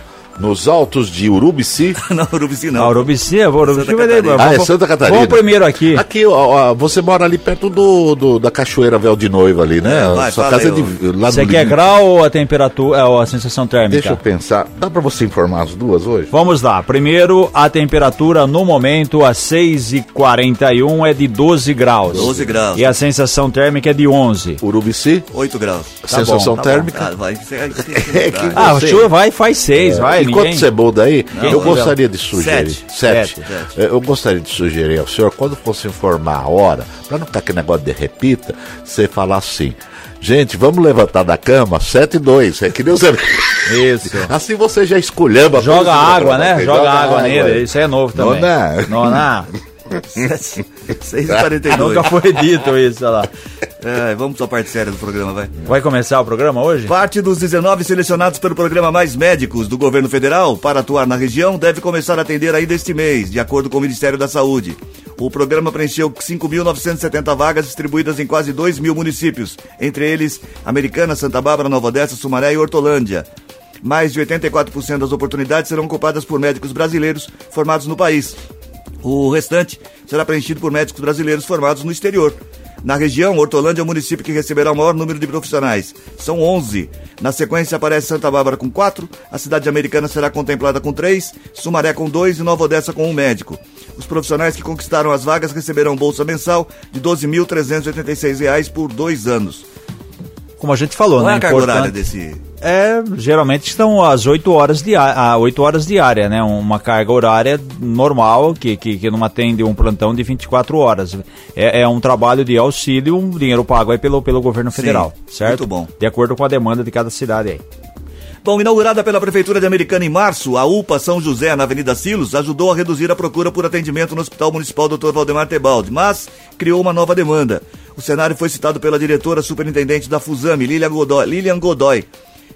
[SPEAKER 2] nos altos de Urubici.
[SPEAKER 1] Não, Urubici não.
[SPEAKER 3] A Urubici, a Urubici
[SPEAKER 1] Santa
[SPEAKER 3] vai
[SPEAKER 1] Catarina.
[SPEAKER 2] Ah, é Santa Catarina. Ah, tá
[SPEAKER 3] Vamos primeiro aqui.
[SPEAKER 2] Aqui, ó, ó, você mora ali perto do, do- da Cachoeira Véu de Noiva ali, né?
[SPEAKER 1] É, vai,
[SPEAKER 2] Sua
[SPEAKER 1] fala
[SPEAKER 2] casa é
[SPEAKER 1] aí,
[SPEAKER 2] de, lá
[SPEAKER 3] Você
[SPEAKER 2] no
[SPEAKER 3] quer
[SPEAKER 2] Lim-
[SPEAKER 3] grau ou a temperatura, ou a sensação térmica?
[SPEAKER 2] Deixa eu pensar. Dá pra você informar as duas hoje?
[SPEAKER 3] Vamos lá. Primeiro, a temperatura no momento, às 6h41, é de 12 graus.
[SPEAKER 1] 12 graus.
[SPEAKER 3] E a sensação térmica é de 11.
[SPEAKER 2] Urubici,
[SPEAKER 1] 8 graus. Tá
[SPEAKER 2] sensação
[SPEAKER 3] bom,
[SPEAKER 1] bom.
[SPEAKER 2] térmica.
[SPEAKER 1] Ah, vai. Você-
[SPEAKER 2] É que-
[SPEAKER 1] Ah,
[SPEAKER 3] Ah,
[SPEAKER 2] sei.
[SPEAKER 3] chuva vai faz 6,
[SPEAKER 2] É,
[SPEAKER 3] vai.
[SPEAKER 2] Enquanto
[SPEAKER 3] ninguém-
[SPEAKER 2] você muda aí, eu
[SPEAKER 3] não.
[SPEAKER 2] gostaria de sugerir.
[SPEAKER 1] Sete.
[SPEAKER 2] Sete.
[SPEAKER 1] Sete. Sete.
[SPEAKER 2] Eh, Eu gostaria de sugerir ao senhor, quando fosse informar a hora, para não ficar aquele negócio de repita, você falar assim. Gente, vamos levantar da cama, sete e dois. É que nem você...
[SPEAKER 3] Isso.
[SPEAKER 2] Assim você já esculhamba.
[SPEAKER 3] Joga
[SPEAKER 2] tudo,
[SPEAKER 3] água, né?
[SPEAKER 2] Joga
[SPEAKER 3] Joga, água,
[SPEAKER 2] água.
[SPEAKER 3] nele. Isso é novo também.
[SPEAKER 2] Noná.
[SPEAKER 3] Noná.
[SPEAKER 1] 6h42.
[SPEAKER 3] Nunca foi dito isso, olha lá.
[SPEAKER 1] É, vamos à parte séria do programa, vai.
[SPEAKER 3] Vai começar o programa hoje?
[SPEAKER 1] Parte dos 19 selecionados pelo programa Mais Médicos do governo federal para atuar na região deve começar a atender ainda este mês, de acordo com o Ministério da Saúde. O programa preencheu 5.970 vagas distribuídas em quase 2 mil municípios, entre eles Americana, Santa Bárbara, Nova Odessa, Sumaré e Hortolândia. Mais de 84% das oportunidades serão ocupadas por médicos brasileiros formados no país. O restante será preenchido por médicos brasileiros formados no exterior. Na região, Hortolândia é o município que receberá o maior número de profissionais. São 11. Na sequência aparece Santa Bárbara com 4, a cidade americana será contemplada com 3, Sumaré com 2 e Nova Odessa com um médico. Os profissionais que conquistaram as vagas receberão bolsa mensal de R$ 12.386 reais por dois anos.
[SPEAKER 3] Como a gente falou,
[SPEAKER 1] Qual é
[SPEAKER 3] né?
[SPEAKER 1] a carga horária
[SPEAKER 3] importante-
[SPEAKER 1] desse...
[SPEAKER 3] É, geralmente estão às 8 horas, dia, a 8 horas diária, né? Uma carga horária normal, que, que, que não atende um plantão de 24 horas. É, é um trabalho de auxílio, um dinheiro pago aí pelo, pelo governo federal, certo?
[SPEAKER 1] muito bom.
[SPEAKER 3] De acordo com a demanda de cada cidade aí.
[SPEAKER 1] Bom, inaugurada pela Prefeitura de Americana em março, a UPA São José, na Avenida Silos, ajudou a reduzir a procura por atendimento no Hospital Municipal Dr. Valdemar Tebaldi, mas criou uma nova demanda. O cenário foi citado pela diretora superintendente da Fusame, Lilian Godoy, Lilian Godoy,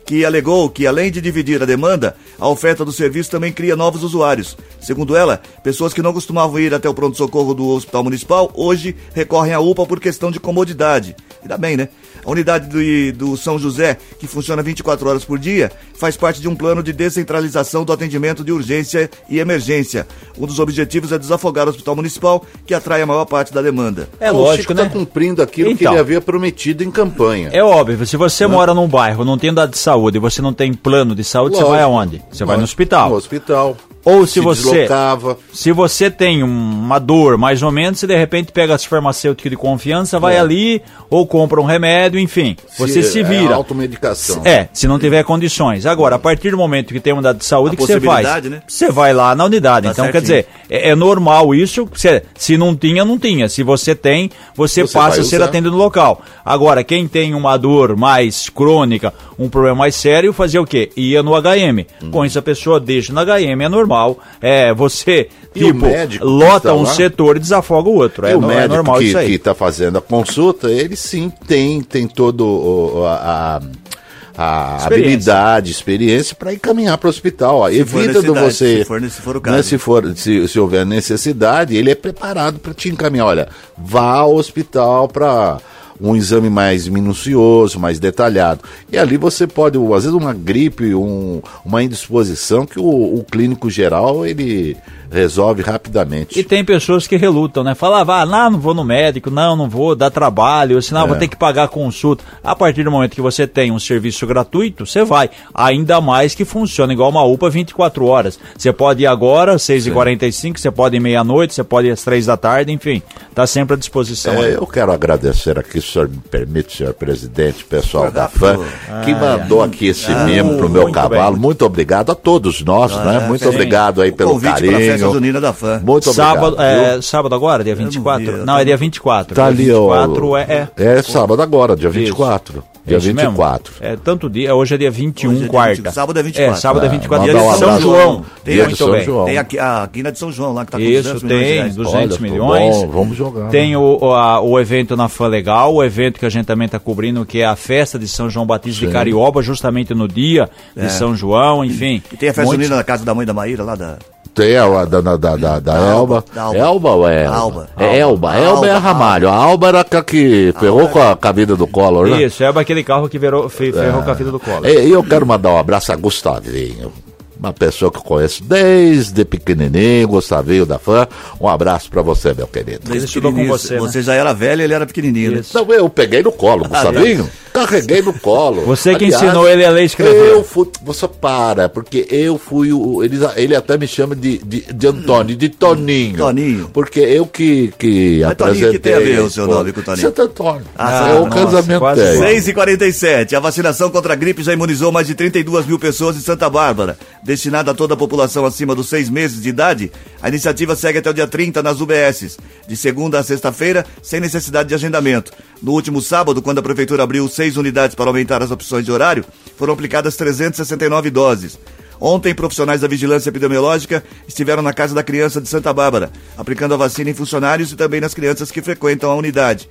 [SPEAKER 1] que alegou que, além de dividir a demanda, a oferta do serviço também cria novos usuários. Segundo ela, pessoas que não costumavam ir até o pronto-socorro do Hospital Municipal hoje recorrem à UPA por questão de comodidade. Ainda bem, né? A unidade do, do São José, que funciona 24 horas por dia, faz parte de um plano de descentralização do atendimento de urgência e emergência. Um dos objetivos é desafogar o hospital municipal, que atrai a maior parte da demanda.
[SPEAKER 3] É
[SPEAKER 2] o Chico
[SPEAKER 3] lógico,
[SPEAKER 1] tá
[SPEAKER 3] né?
[SPEAKER 2] está cumprindo aquilo que
[SPEAKER 3] Então.
[SPEAKER 2] ele havia prometido em campanha.
[SPEAKER 3] É óbvio, se você
[SPEAKER 1] Né?
[SPEAKER 3] mora num bairro, não tem dado de saúde, você não tem plano de saúde, você vai aonde? Você vai no
[SPEAKER 2] No
[SPEAKER 3] hospital.
[SPEAKER 2] hospital.
[SPEAKER 3] Ou se, você
[SPEAKER 2] deslocava.
[SPEAKER 3] se você tem um- uma dor mais ou menos, você de repente pega as farmacêutico de confiança, vai ali ou compra um remédio, enfim, você se,
[SPEAKER 2] é
[SPEAKER 3] vira.
[SPEAKER 2] automedicação.
[SPEAKER 3] É, se não tiver condições. Agora, a partir do momento que tem unidade de saúde,
[SPEAKER 1] A
[SPEAKER 3] o que você faz?
[SPEAKER 1] possibilidade, né?
[SPEAKER 3] Você vai lá na unidade.
[SPEAKER 1] Tá
[SPEAKER 3] então,
[SPEAKER 1] certinho.
[SPEAKER 3] quer dizer, é, é normal isso. Se, se não tinha, não tinha. Se você tem, você,
[SPEAKER 2] Você vai
[SPEAKER 3] passa a ser
[SPEAKER 2] usar.
[SPEAKER 3] atendido no local. Agora, quem tem uma dor mais crônica, um problema mais sério, fazia o quê? Ia no HM.
[SPEAKER 2] Uhum.
[SPEAKER 3] Com isso, a pessoa deixa no HM, é normal. É, você,
[SPEAKER 2] E o
[SPEAKER 3] tipo,
[SPEAKER 2] médico que está
[SPEAKER 3] lota um
[SPEAKER 2] lá?
[SPEAKER 3] setor e desafoga o outro. É,
[SPEAKER 2] E o
[SPEAKER 3] no- é
[SPEAKER 2] médico
[SPEAKER 3] normal isso
[SPEAKER 2] que tá
[SPEAKER 3] aí.
[SPEAKER 2] está fazendo a consulta, ele sim tem, tem todo o, a, a- a
[SPEAKER 3] Experiência.
[SPEAKER 2] habilidade, experiência para encaminhar para o hospital. ó.
[SPEAKER 1] for
[SPEAKER 2] Evita de
[SPEAKER 1] necessidade,
[SPEAKER 2] você.
[SPEAKER 1] se for- se for o caso.
[SPEAKER 2] né, se, for- se- se houver necessidade, ele é preparado para te encaminhar. Olha, vá ao hospital para um exame mais minucioso, mais detalhado. E ali você pode, às vezes, uma gripe, um- uma indisposição que o, o clínico geral ele resolve rapidamente.
[SPEAKER 3] E tem pessoas que relutam, né? Falava, ah, não, não vou no médico, não, não vou, dá trabalho, ou senão vou
[SPEAKER 2] É.
[SPEAKER 3] ter que pagar a consulta. A partir do momento que você tem um serviço gratuito, você vai. Ainda mais que funciona igual uma UPA 24 horas. Você pode ir agora, 6h45, você pode ir meia-noite, você pode ir às 3 da tarde, enfim, tá sempre à disposição.
[SPEAKER 2] É,
[SPEAKER 3] aí.
[SPEAKER 2] eu quero agradecer aqui, se o senhor me permite, senhor presidente, pessoal da
[SPEAKER 1] Por
[SPEAKER 2] FAN,
[SPEAKER 1] favor.
[SPEAKER 2] que mandou aqui esse mimo pro meu
[SPEAKER 3] Ah, é. muito
[SPEAKER 2] cavalo.
[SPEAKER 3] bem. Ah, é,
[SPEAKER 2] Muito obrigado a todos nós, né? Muito
[SPEAKER 1] sim.
[SPEAKER 2] obrigado aí
[SPEAKER 1] O
[SPEAKER 2] pelo
[SPEAKER 1] convite
[SPEAKER 2] carinho.
[SPEAKER 1] pra festa junina da fã.
[SPEAKER 2] Muito
[SPEAKER 3] sábado,
[SPEAKER 2] obrigado.
[SPEAKER 3] é,
[SPEAKER 2] viu?
[SPEAKER 3] sábado agora, dia
[SPEAKER 1] não vi,
[SPEAKER 3] 24?
[SPEAKER 1] eu
[SPEAKER 3] não,
[SPEAKER 1] tô-
[SPEAKER 3] é dia 24.
[SPEAKER 2] Tá ali,
[SPEAKER 3] dia
[SPEAKER 2] ó.
[SPEAKER 3] 24 é, é.
[SPEAKER 2] sábado agora, dia 24.
[SPEAKER 3] É
[SPEAKER 2] Dia
[SPEAKER 3] isso mesmo?
[SPEAKER 2] 24.
[SPEAKER 3] É tanto dia, hoje é dia 21,
[SPEAKER 1] Hoje é dia
[SPEAKER 3] quarta.
[SPEAKER 1] 25, sábado é 24.
[SPEAKER 3] É, sábado é
[SPEAKER 1] É,
[SPEAKER 3] 24,
[SPEAKER 2] mandar
[SPEAKER 3] dia
[SPEAKER 2] um
[SPEAKER 3] de São
[SPEAKER 2] abraço.
[SPEAKER 3] João.
[SPEAKER 1] Dia
[SPEAKER 3] Muito
[SPEAKER 2] de São
[SPEAKER 3] bem.
[SPEAKER 2] João.
[SPEAKER 1] Tem aqui, a quina de São João lá que tá com
[SPEAKER 3] Isso, tem,
[SPEAKER 1] milhões de reais.
[SPEAKER 3] 200
[SPEAKER 2] Olha,
[SPEAKER 3] milhões.
[SPEAKER 2] bom, vamos jogar,
[SPEAKER 3] Tem
[SPEAKER 2] né?
[SPEAKER 3] o, o, a- o evento na Fã Legal, o evento que a gente também está cobrindo, que é a festa de São João Batista de Carioba, justamente no dia de São João, enfim.
[SPEAKER 1] É. E tem a festa
[SPEAKER 3] Muito-
[SPEAKER 1] junina na casa da mãe da Maíra lá da...
[SPEAKER 2] Tem a da, da, da, da, da Elba.
[SPEAKER 1] da Alba.
[SPEAKER 2] Elba ou é?
[SPEAKER 1] Alba.
[SPEAKER 2] É Elba.
[SPEAKER 1] Alba.
[SPEAKER 2] Elba é a
[SPEAKER 1] Alba.
[SPEAKER 2] Ramalho. A Alba era a que ferrou com a cabida do Collor, né?
[SPEAKER 3] Isso, é aquele carro que verou, fe-
[SPEAKER 2] É.
[SPEAKER 3] ferrou com a vida do colo.
[SPEAKER 2] E e eu quero mandar um abraço a Gustavinho. Uma pessoa que eu conheço desde pequenininho, Gustavinho da Fã. Um abraço pra você, meu querido.
[SPEAKER 1] Desde
[SPEAKER 3] estudou com
[SPEAKER 1] pequenininho.
[SPEAKER 3] você, né?
[SPEAKER 1] Você já era velha, ele era pequenininho. né?
[SPEAKER 3] Isso.
[SPEAKER 2] Não, eu peguei no colo, Gustavinho. Carreguei no colo.
[SPEAKER 3] Você que ensinou ele a ler e escrever.
[SPEAKER 2] Eu fui. Você para, porque eu fui o. Ele, ele até me chama de, de, de Antônio, de Toninho.
[SPEAKER 1] Toninho.
[SPEAKER 2] Porque eu que, que
[SPEAKER 1] Mas Toninho,
[SPEAKER 2] apresentei.
[SPEAKER 1] que tem a ver o seu
[SPEAKER 2] pô.
[SPEAKER 1] nome com Toninho?
[SPEAKER 2] Santo Antônio.
[SPEAKER 1] Ah,
[SPEAKER 2] é o
[SPEAKER 1] nossa,
[SPEAKER 2] casamento
[SPEAKER 3] quase
[SPEAKER 2] dele.
[SPEAKER 1] 6 e 47 A vacinação contra a gripe já imunizou mais de 32 mil pessoas em Santa Bárbara. Destinada a toda a população acima dos seis meses de idade, a iniciativa segue até o dia 30 nas UBSs, de segunda a sexta-feira, sem necessidade de agendamento. No último sábado, quando a Prefeitura abriu seis unidades para aumentar as opções de horário, foram aplicadas 369 doses. Ontem, profissionais da vigilância epidemiológica estiveram na Casa da Criança de Santa Bárbara, aplicando a vacina em funcionários e também nas crianças que frequentam a unidade.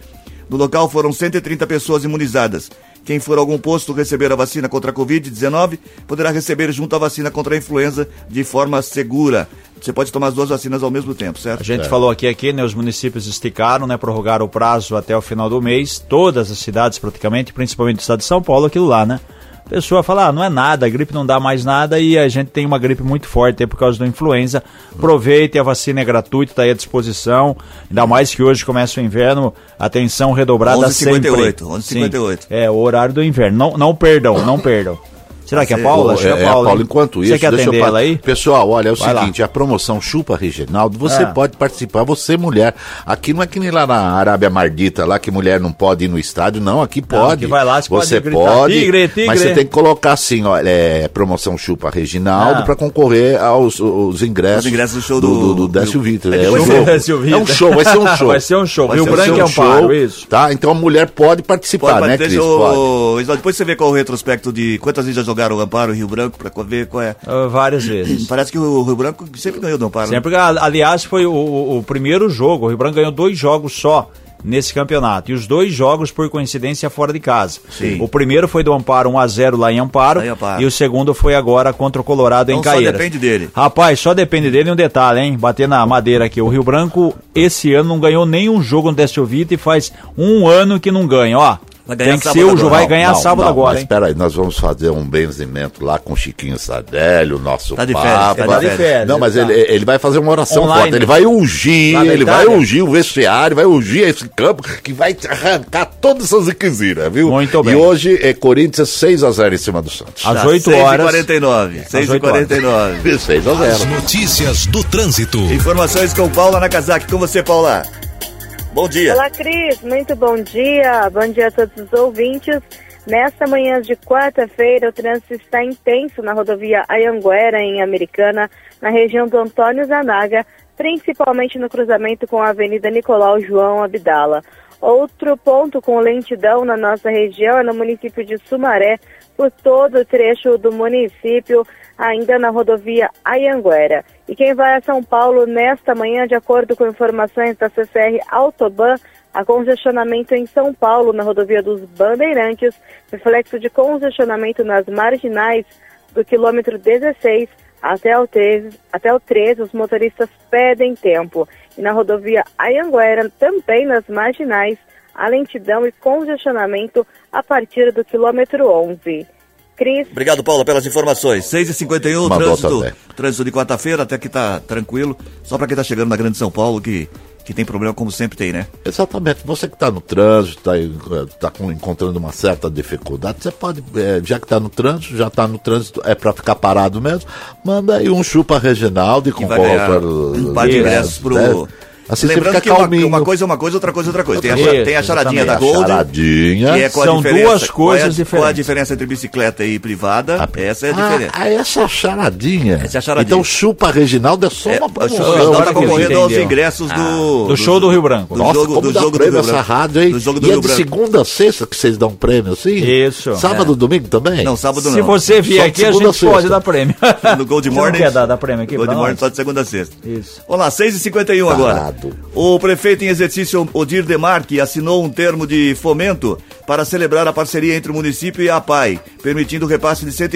[SPEAKER 1] No local foram 130 pessoas imunizadas. Quem for a algum posto receber a vacina contra a Covid-19 poderá receber junto a vacina contra a influenza de forma segura. Você pode tomar as duas vacinas ao mesmo tempo,
[SPEAKER 3] A
[SPEAKER 1] certo?
[SPEAKER 3] gente
[SPEAKER 2] É.
[SPEAKER 3] falou aqui, aqui, né? Os municípios esticaram, né? Prorrogaram o prazo até o final do mês. Todas as cidades, praticamente, principalmente o estado de São Paulo, aquilo lá, né? A pessoa fala, ah, não é nada, a gripe não dá mais nada e a gente tem uma gripe muito forte aí por causa da influenza. Aproveite, a vacina é gratuita, está aí à disposição. Ainda mais que hoje começa o inverno, atenção redobrada
[SPEAKER 1] 11h58,
[SPEAKER 3] sempre.
[SPEAKER 1] 11h58.
[SPEAKER 3] Sim, É, o horário do inverno. Não, não perdam, não perdam. Será que é a Paula? Acho que
[SPEAKER 2] é, é, Paulo,
[SPEAKER 3] hein?
[SPEAKER 2] enquanto isso,
[SPEAKER 3] Você quer
[SPEAKER 2] deixa eu
[SPEAKER 3] atender
[SPEAKER 2] falar.
[SPEAKER 3] ela aí?
[SPEAKER 2] Pessoal, olha, é o
[SPEAKER 3] Vai lá.
[SPEAKER 2] seguinte, a promoção Chupa Reginaldo, você
[SPEAKER 3] Ah.
[SPEAKER 2] pode participar, você mulher. Aqui não é que nem lá na Arábia Mardita, lá que mulher não pode ir no estádio, não, aqui pode.
[SPEAKER 3] aqui vai lá, você pode
[SPEAKER 2] você
[SPEAKER 3] gritar,
[SPEAKER 2] pode,
[SPEAKER 3] "Tigre, tigre".
[SPEAKER 2] mas você tem que colocar assim, olha, é, promoção Chupa Reginaldo
[SPEAKER 3] Ah.
[SPEAKER 2] para concorrer aos os ingressos,
[SPEAKER 1] Os ingressos do show do-
[SPEAKER 2] do, do Décio
[SPEAKER 1] do-
[SPEAKER 2] Vitor.
[SPEAKER 1] É
[SPEAKER 2] É, um
[SPEAKER 1] depois
[SPEAKER 2] jogo.
[SPEAKER 3] do Décio Vitor.
[SPEAKER 2] É um show, vai ser um show.
[SPEAKER 3] Vai ser um show.
[SPEAKER 2] Vai
[SPEAKER 3] Rio
[SPEAKER 2] ser um
[SPEAKER 3] Branco e
[SPEAKER 2] show,
[SPEAKER 3] Amparo, isso.
[SPEAKER 2] Tá, então a mulher pode participar,
[SPEAKER 3] tá,
[SPEAKER 1] Pode,
[SPEAKER 2] né,
[SPEAKER 1] deixa
[SPEAKER 2] Cris? Pode.
[SPEAKER 1] o- Isla, Depois você vê qual é o retrospecto de quantas vezes já jogaram o Amparo e o Rio Branco para ver qual é.
[SPEAKER 3] Ah, várias vezes.
[SPEAKER 1] Parece que o Rio Branco sempre ganhou do Amparo. né?
[SPEAKER 3] Sempre, a- aliás, foi o, o- o primeiro jogo. O Rio Branco ganhou dois jogos só nesse campeonato. E os dois jogos, por coincidência, fora de casa.
[SPEAKER 1] Sim.
[SPEAKER 3] O primeiro foi do Amparo 1x0 lá em Amparo.
[SPEAKER 1] Lá em Amparo.
[SPEAKER 3] E o segundo foi agora contra o Colorado em
[SPEAKER 1] Então só
[SPEAKER 3] Caeiras.
[SPEAKER 1] depende dele.
[SPEAKER 3] Rapaz, só depende dele. E um detalhe, hein? Bater na madeira aqui. O Rio Branco, esse ano, não ganhou nenhum jogo no Décio Vita e faz um ano que não ganha. Ó,
[SPEAKER 1] Vai ganhar
[SPEAKER 3] tem que
[SPEAKER 1] sábado
[SPEAKER 3] ser o
[SPEAKER 1] agora.
[SPEAKER 3] jogo. Vai ganhar
[SPEAKER 2] não,
[SPEAKER 3] sábado
[SPEAKER 2] não,
[SPEAKER 3] agora,
[SPEAKER 2] Mas
[SPEAKER 3] hein?
[SPEAKER 2] espera aí, nós vamos fazer um benzimento lá com Chiquinho Sadelli, o nosso
[SPEAKER 1] Tá de
[SPEAKER 2] Papa.
[SPEAKER 1] férias, tá de
[SPEAKER 3] férias,
[SPEAKER 2] Não, mas
[SPEAKER 3] tá.
[SPEAKER 2] ele, ele vai fazer uma oração
[SPEAKER 3] Online.
[SPEAKER 2] forte. Ele vai ungir,
[SPEAKER 3] Lá na
[SPEAKER 2] ele vai
[SPEAKER 3] Itália?
[SPEAKER 2] ungir o vestiário, vai ungir esse campo que vai arrancar todas essas inquisiras, viu?
[SPEAKER 3] Muito bem.
[SPEAKER 2] E hoje é Corinthians 6x0 em cima do Santos.
[SPEAKER 3] Às
[SPEAKER 1] Tá,
[SPEAKER 3] 8 horas.
[SPEAKER 1] 6h49. 6h49.
[SPEAKER 2] 6x0.
[SPEAKER 5] As notícias do trânsito.
[SPEAKER 1] Informações com Paula Nakazaki. Com você, Paula. Bom dia.
[SPEAKER 6] Olá, Cris. Muito bom dia. Bom dia a todos os ouvintes. Nesta manhã de quarta-feira, o trânsito está intenso na rodovia Ayanguera, em Americana, na região do Antônio Zanaga, principalmente no cruzamento com a Avenida Nicolau João Abdala. Outro ponto com lentidão na nossa região é no município de Sumaré, por todo o trecho do município, ainda na rodovia Ayanguera. E quem vai a São Paulo nesta manhã, de acordo com informações da CCR Autoban, Há congestionamento em São Paulo, na rodovia dos Bandeirantes, reflexo de congestionamento nas marginais do quilômetro 16 até o 13, até o 13 os motoristas pedem tempo. E na rodovia Ayanguera, também nas marginais, a lentidão e congestionamento a partir do quilômetro 11. Cris,
[SPEAKER 1] Obrigado, Paula, pelas informações. 6h51,
[SPEAKER 2] Mandou
[SPEAKER 1] trânsito,
[SPEAKER 2] até.
[SPEAKER 1] trânsito de quarta-feira, até que tá tranquilo. Só pra quem tá chegando na Grande São Paulo, que, que tem problema como sempre tem, né?
[SPEAKER 2] Exatamente. Você que está no trânsito, tá está encontrando uma certa dificuldade, você pode, eh, já que está no trânsito, já está no trânsito, é para ficar parado mesmo, manda aí um chupa Reginaldo e com eh,
[SPEAKER 1] vai ganhar um par de ingressos pro...
[SPEAKER 2] né? Assim
[SPEAKER 1] Lembrando
[SPEAKER 2] você fica
[SPEAKER 1] que uma,
[SPEAKER 2] calminho.
[SPEAKER 1] uma coisa é uma coisa, outra coisa é outra coisa. Tem a,
[SPEAKER 3] Isso,
[SPEAKER 1] tem a charadinha da
[SPEAKER 2] A
[SPEAKER 1] Gold.
[SPEAKER 2] charadinha.
[SPEAKER 1] que é qual a
[SPEAKER 3] São
[SPEAKER 1] diferença-
[SPEAKER 3] duas coisas
[SPEAKER 1] qual é a- Qual é a
[SPEAKER 3] diferentes.
[SPEAKER 1] diferença entre bicicleta e privada? Essa é a diferença.
[SPEAKER 2] Ah, ah, essa é a charadinha.
[SPEAKER 1] Essa é a charadinha.
[SPEAKER 2] Então chupa Reginaldo é só
[SPEAKER 1] É,
[SPEAKER 2] uma
[SPEAKER 1] o
[SPEAKER 2] promoção.
[SPEAKER 1] show Reginaldo tá
[SPEAKER 3] agora que eu
[SPEAKER 1] concorrendo aos
[SPEAKER 3] entendi, ó.
[SPEAKER 1] ingressos do,
[SPEAKER 3] do show do Rio Branco.
[SPEAKER 1] Do
[SPEAKER 2] Nossa,
[SPEAKER 1] jogo,
[SPEAKER 2] como
[SPEAKER 1] do
[SPEAKER 2] dá
[SPEAKER 1] jogo do
[SPEAKER 2] prêmio
[SPEAKER 1] Rio
[SPEAKER 2] essa
[SPEAKER 1] Branco.
[SPEAKER 2] rádio, hein?
[SPEAKER 1] Do jogo do
[SPEAKER 2] e
[SPEAKER 1] Rio
[SPEAKER 2] é de
[SPEAKER 1] Branco. É.
[SPEAKER 2] segunda a sexta que vocês dão prêmio, assim?
[SPEAKER 3] Isso.
[SPEAKER 2] Sábado, domingo também?
[SPEAKER 1] Não, sábado
[SPEAKER 3] Se
[SPEAKER 1] não.
[SPEAKER 3] você vier
[SPEAKER 2] Só de
[SPEAKER 3] aqui, a
[SPEAKER 2] segunda a
[SPEAKER 3] gente
[SPEAKER 2] sexta.
[SPEAKER 3] pode dar prêmio.
[SPEAKER 1] No Gold
[SPEAKER 3] Você não
[SPEAKER 1] Morning.
[SPEAKER 3] quer dar- dar prêmio aqui
[SPEAKER 1] Gold
[SPEAKER 3] pra nós?
[SPEAKER 1] Morning só de segunda a sexta.
[SPEAKER 3] Isso.
[SPEAKER 1] Olá, 6h51 agora.
[SPEAKER 2] Parado.
[SPEAKER 1] O prefeito em exercício Odir Demarque assinou um termo de fomento para celebrar a parceria entre o município e a PAI, permitindo o repasse de R$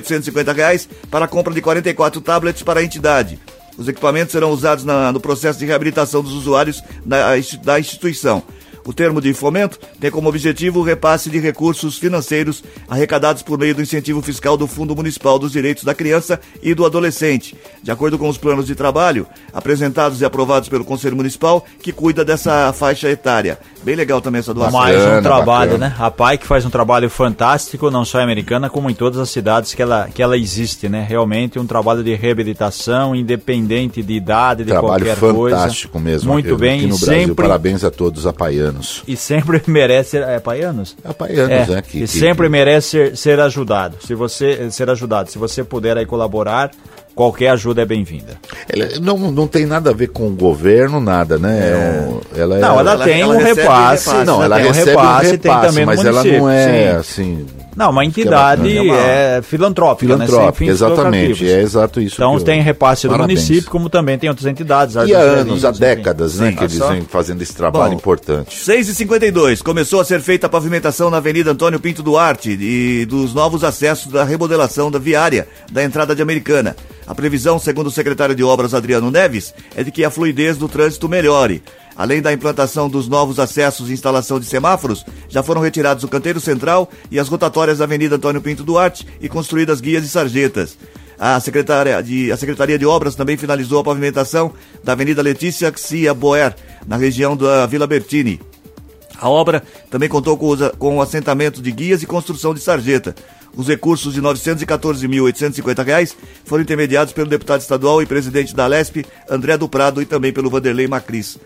[SPEAKER 1] 120.850 reais para a compra de 44 tablets para a entidade. Os equipamentos serão usados na- no processo de reabilitação dos usuários da, insti- da instituição. O termo de fomento tem como objetivo o repasse de recursos financeiros arrecadados por meio do incentivo fiscal do Fundo Municipal dos Direitos da Criança e do Adolescente, de acordo com os planos de trabalho apresentados e aprovados pelo Conselho Municipal, que cuida dessa faixa etária. Bem legal também essa doação.
[SPEAKER 3] Mais
[SPEAKER 2] Bacana,
[SPEAKER 3] um trabalho,
[SPEAKER 2] bacana.
[SPEAKER 3] né? A PAI que faz um trabalho fantástico, não só em Americana, como em todas as cidades que ela, que ela existe, né? Realmente um trabalho de reabilitação, independente de idade, de
[SPEAKER 2] Trabalho
[SPEAKER 3] qualquer coisa.
[SPEAKER 2] fantástico mesmo.
[SPEAKER 3] Muito
[SPEAKER 2] aqui-
[SPEAKER 3] bem,
[SPEAKER 2] aqui no
[SPEAKER 3] e
[SPEAKER 2] Brasil.
[SPEAKER 3] sempre,
[SPEAKER 2] Parabéns a todos apaianos.
[SPEAKER 3] e sempre merece... É paianos?
[SPEAKER 2] Apaianos,
[SPEAKER 3] É,
[SPEAKER 2] né? Que,
[SPEAKER 3] e
[SPEAKER 2] que-
[SPEAKER 3] sempre merece ser, ser ajudado. Se você ser ajudado, se você puder aí colaborar, qualquer ajuda é bem-vinda.
[SPEAKER 2] Ela não, não tem nada a ver com o governo, nada, né? É um- ela é-
[SPEAKER 3] Não, ela,
[SPEAKER 1] ela-
[SPEAKER 3] tem
[SPEAKER 1] ela
[SPEAKER 3] um
[SPEAKER 1] recebe
[SPEAKER 3] repasse,
[SPEAKER 1] repasse,
[SPEAKER 2] Não,
[SPEAKER 3] né?
[SPEAKER 2] ela
[SPEAKER 3] tem um
[SPEAKER 2] recebe um
[SPEAKER 3] repasse,
[SPEAKER 2] repasse,
[SPEAKER 3] tem também
[SPEAKER 2] mas
[SPEAKER 3] no
[SPEAKER 2] ela não é
[SPEAKER 3] município, sim.
[SPEAKER 2] assim.
[SPEAKER 3] Não, uma
[SPEAKER 2] que é
[SPEAKER 3] entidade
[SPEAKER 2] bacana.
[SPEAKER 3] é, filantrófica, né? Sem
[SPEAKER 2] Filantrópica,
[SPEAKER 3] fins
[SPEAKER 2] exatamente.
[SPEAKER 3] lucrativos.
[SPEAKER 2] É exato isso.
[SPEAKER 3] Então
[SPEAKER 2] que eu-
[SPEAKER 3] tem repasse do
[SPEAKER 2] Parabéns.
[SPEAKER 3] município, como também tem outras entidades.
[SPEAKER 2] E há
[SPEAKER 3] artes
[SPEAKER 2] anos, há
[SPEAKER 3] enfim.
[SPEAKER 2] décadas, né?
[SPEAKER 1] Sim,
[SPEAKER 2] que eles
[SPEAKER 1] só-
[SPEAKER 2] vêm fazendo esse trabalho
[SPEAKER 1] Bom,
[SPEAKER 2] importante.
[SPEAKER 1] 6h52, começou a ser feita a pavimentação na Avenida Antônio Pinto Duarte e dos novos acessos da remodelação da viária da entrada de Americana. A previsão, segundo o secretário de Obras Adriano Neves, é de que a fluidez do trânsito melhore. Além da implantação dos novos acessos e instalação de semáforos, já foram retirados o canteiro central e as rotatórias da Avenida Antônio Pinto Duarte e construídas guias e sarjetas. A secretária de- a Secretaria de Obras também finalizou a pavimentação da Avenida Letícia Xia Boer, na região da Vila Bertini. A obra também contou com, os a- com o assentamento de guias e construção de sarjeta. Os recursos de R$ 914.850 reais foram intermediados pelo deputado estadual e presidente da Lesp, André do Prado, e também pelo Vanderlei Macris.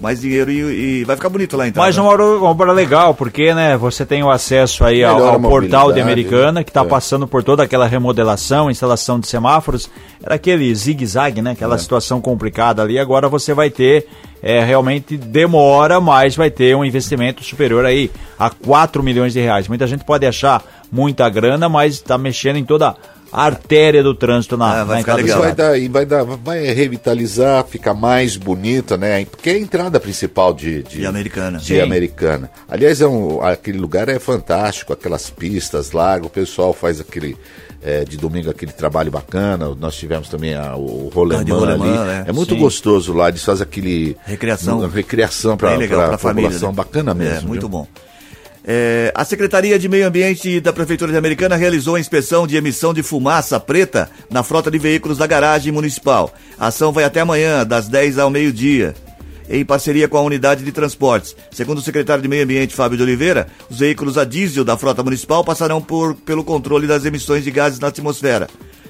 [SPEAKER 1] Mais dinheiro e, e vai ficar bonito lá então.
[SPEAKER 3] Mas é
[SPEAKER 1] né?
[SPEAKER 3] uma obra, uma obra legal, porque né, você tem o acesso aí ao,
[SPEAKER 2] Melhora a
[SPEAKER 3] ao portal
[SPEAKER 2] mobilidade,
[SPEAKER 3] de Americana, que está
[SPEAKER 2] é.
[SPEAKER 3] passando por toda aquela remodelação, instalação de semáforos. Era aquele zigue-zague, né?
[SPEAKER 2] É.
[SPEAKER 3] Aquela situação complicada ali. Agora você vai ter, é, realmente demora, mas vai ter um investimento superior aí a 4 milhões de reais. Muita gente pode achar muita grana, mas está mexendo em toda a artéria do trânsito na,
[SPEAKER 1] Ah, vai
[SPEAKER 3] na
[SPEAKER 1] ficar
[SPEAKER 3] entrada
[SPEAKER 1] legal.
[SPEAKER 2] Isso
[SPEAKER 3] do
[SPEAKER 2] vai
[SPEAKER 3] estado.
[SPEAKER 2] dar, e vai dar, vai revitalizar, ficar mais bonita, né? Porque é a entrada principal de,
[SPEAKER 1] De Americana.
[SPEAKER 2] de
[SPEAKER 1] Sim.
[SPEAKER 2] Americana. Aliás, é um, aquele lugar é fantástico, aquelas pistas largas, o pessoal faz aquele é, de domingo aquele trabalho bacana. Nós tivemos também a- o
[SPEAKER 1] Ah, de
[SPEAKER 2] rolemã ali.
[SPEAKER 1] rolemã, né?
[SPEAKER 2] É muito
[SPEAKER 3] Sim.
[SPEAKER 2] gostoso lá, eles fazem aquele
[SPEAKER 1] Recreação.
[SPEAKER 2] uma recreação para
[SPEAKER 1] Bem legal
[SPEAKER 2] a
[SPEAKER 1] pra família,
[SPEAKER 2] população,
[SPEAKER 1] né?
[SPEAKER 2] bacana mesmo.
[SPEAKER 1] É, muito
[SPEAKER 2] viu?
[SPEAKER 1] bom. É, a Secretaria de Meio Ambiente da Prefeitura de Americana realizou a inspeção de emissão de fumaça preta na frota de veículos da garagem municipal. A ação vai até amanhã, das 10 ao meio-dia, em parceria com a unidade de transportes. Segundo o secretário de Meio Ambiente, Fábio de Oliveira, os veículos a diesel da frota municipal passarão por- pelo controle das emissões de gases na atmosfera.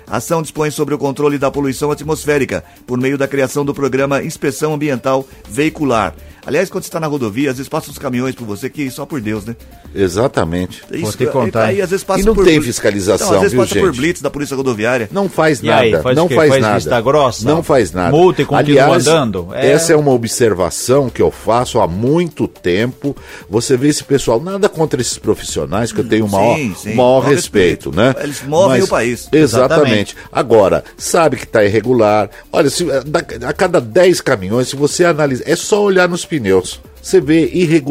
[SPEAKER 1] A ação dispõe sobre o controle da poluição atmosférica por meio da criação do programa Inspeção Ambiental Veicular. Aliás, quando você está na rodovia, às vezes passam os caminhões por você, que só por Deus, né?
[SPEAKER 2] Exatamente.
[SPEAKER 1] Isso,
[SPEAKER 3] te contar.
[SPEAKER 1] Aí, às vezes passa
[SPEAKER 2] E não
[SPEAKER 1] por
[SPEAKER 2] tem
[SPEAKER 1] bli-
[SPEAKER 2] fiscalização,
[SPEAKER 1] Não, às vezes
[SPEAKER 2] viu,
[SPEAKER 1] passa por
[SPEAKER 2] gente?
[SPEAKER 1] blitz da Polícia Rodoviária.
[SPEAKER 2] Não faz
[SPEAKER 3] E
[SPEAKER 2] nada.
[SPEAKER 3] aí, faz o
[SPEAKER 2] não
[SPEAKER 3] quê?
[SPEAKER 2] faz,
[SPEAKER 3] Faz
[SPEAKER 2] nada.
[SPEAKER 3] vista grossa?
[SPEAKER 2] Não faz nada.
[SPEAKER 3] Multa e continua
[SPEAKER 2] Aliás,
[SPEAKER 3] andando? É.
[SPEAKER 2] Essa é uma observação que eu faço há muito tempo. Você vê esse pessoal, nada contra esses profissionais, que eu tenho o maior,
[SPEAKER 1] sim, sim.
[SPEAKER 2] o maior
[SPEAKER 1] Maior
[SPEAKER 2] respeito,
[SPEAKER 1] respeito.
[SPEAKER 2] né?
[SPEAKER 1] Eles movem o país.
[SPEAKER 2] Exatamente. Agora, sabe que tá está eh, irregular. Olha, se, da- a cada 10 caminhões, se você analisar, é só olhar nos pneus. Você vê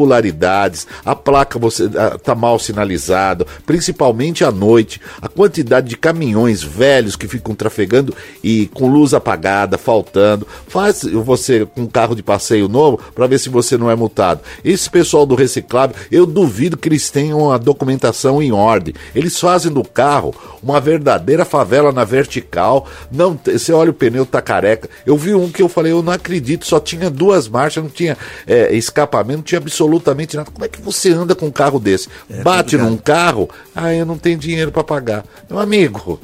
[SPEAKER 2] irregularidades, a placa você a- tá mal sinalizada, principalmente à noite, a quantidade de caminhões velhos que ficam trafegando e com luz apagada, faltando. Faz você com um carro de passeio novo para ver se você não é multado. Esse pessoal do reciclável, eu duvido que eles tenham a documentação em ordem. Eles fazem do carro uma verdadeira favela na vertical. Não, te- você olha o pneu tá careca. Eu vi um que eu falei, eu não acredito, só tinha duas marchas, não tinha é, escapamento, não tinha absolutamente nada. Como é que você anda com um carro desse? Bate num carro, ah, eu não tenho dinheiro para pagar. Meu amigo,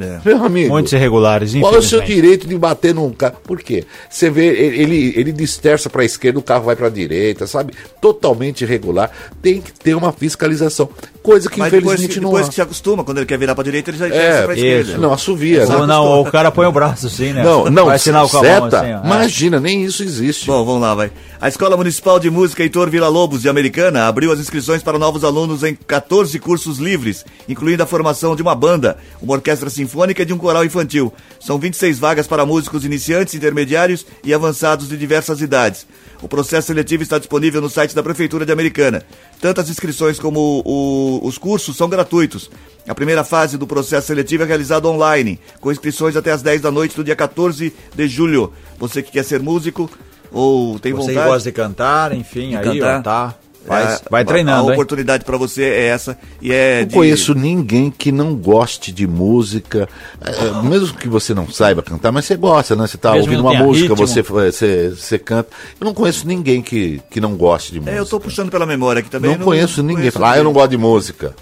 [SPEAKER 1] É.
[SPEAKER 2] meu amigo.
[SPEAKER 3] Muitos irregulares,
[SPEAKER 2] Qual é o seu
[SPEAKER 3] infelizmente.
[SPEAKER 2] direito de bater num carro? Por quê? Você vê, ele- ele, ele dispersa para a esquerda, o carro vai para a direita, sabe? Totalmente irregular. Tem que ter uma fiscalização. Coisa que
[SPEAKER 1] Mas depois,
[SPEAKER 2] infelizmente
[SPEAKER 1] que-
[SPEAKER 2] não
[SPEAKER 1] depois
[SPEAKER 2] há.
[SPEAKER 1] que se acostuma, quando ele quer virar pra direita, ele já
[SPEAKER 2] É,
[SPEAKER 1] é, pra
[SPEAKER 3] isso.
[SPEAKER 1] esquerda.
[SPEAKER 2] Não, assovia.
[SPEAKER 3] Ou
[SPEAKER 2] Né?
[SPEAKER 3] É não, o cara põe o braço assim, né?
[SPEAKER 2] Não, não,
[SPEAKER 3] Faz sinal com a mão,
[SPEAKER 2] seta,
[SPEAKER 3] assim, ó. É.
[SPEAKER 2] imagina, nem isso existe.
[SPEAKER 1] Bom, vamos lá, vai. A Escola Municipal de Música Heitor Villa-Lobos de Americana abriu as inscrições para novos alunos em 14 cursos livres, incluindo a formação de uma banda, uma orquestra sinfônica e de um coral infantil. São 26 vagas para músicos iniciantes, intermediários e avançados de diversas idades. O processo seletivo está disponível no site da Prefeitura de Americana. Tanto as inscrições como o- os cursos são gratuitos. A primeira fase do processo seletivo é realizada online, com inscrições até às 10 da noite do dia 14 de julho. Você que quer ser músico, ou tem
[SPEAKER 3] Você
[SPEAKER 1] vontade
[SPEAKER 3] gosta de cantar, enfim, aí,
[SPEAKER 1] cantar,
[SPEAKER 3] ó, tá. Faz-
[SPEAKER 1] é,
[SPEAKER 3] vai
[SPEAKER 1] a- A
[SPEAKER 3] treinando, hein?
[SPEAKER 1] oportunidade pra você é essa e é
[SPEAKER 2] Não conheço ninguém que não goste de música, é, mesmo que você não saiba cantar, mas você gosta, né? Você tá
[SPEAKER 3] Mesmo
[SPEAKER 2] ouvindo
[SPEAKER 3] não
[SPEAKER 2] uma
[SPEAKER 3] tenha
[SPEAKER 2] música,
[SPEAKER 3] ritmo.
[SPEAKER 2] você, você, você canta. Eu não conheço ninguém que, que não goste de música.
[SPEAKER 1] É, eu tô puxando pela memória aqui também.
[SPEAKER 2] não, conheço ninguém. Falar, ah, eu não gosto de música.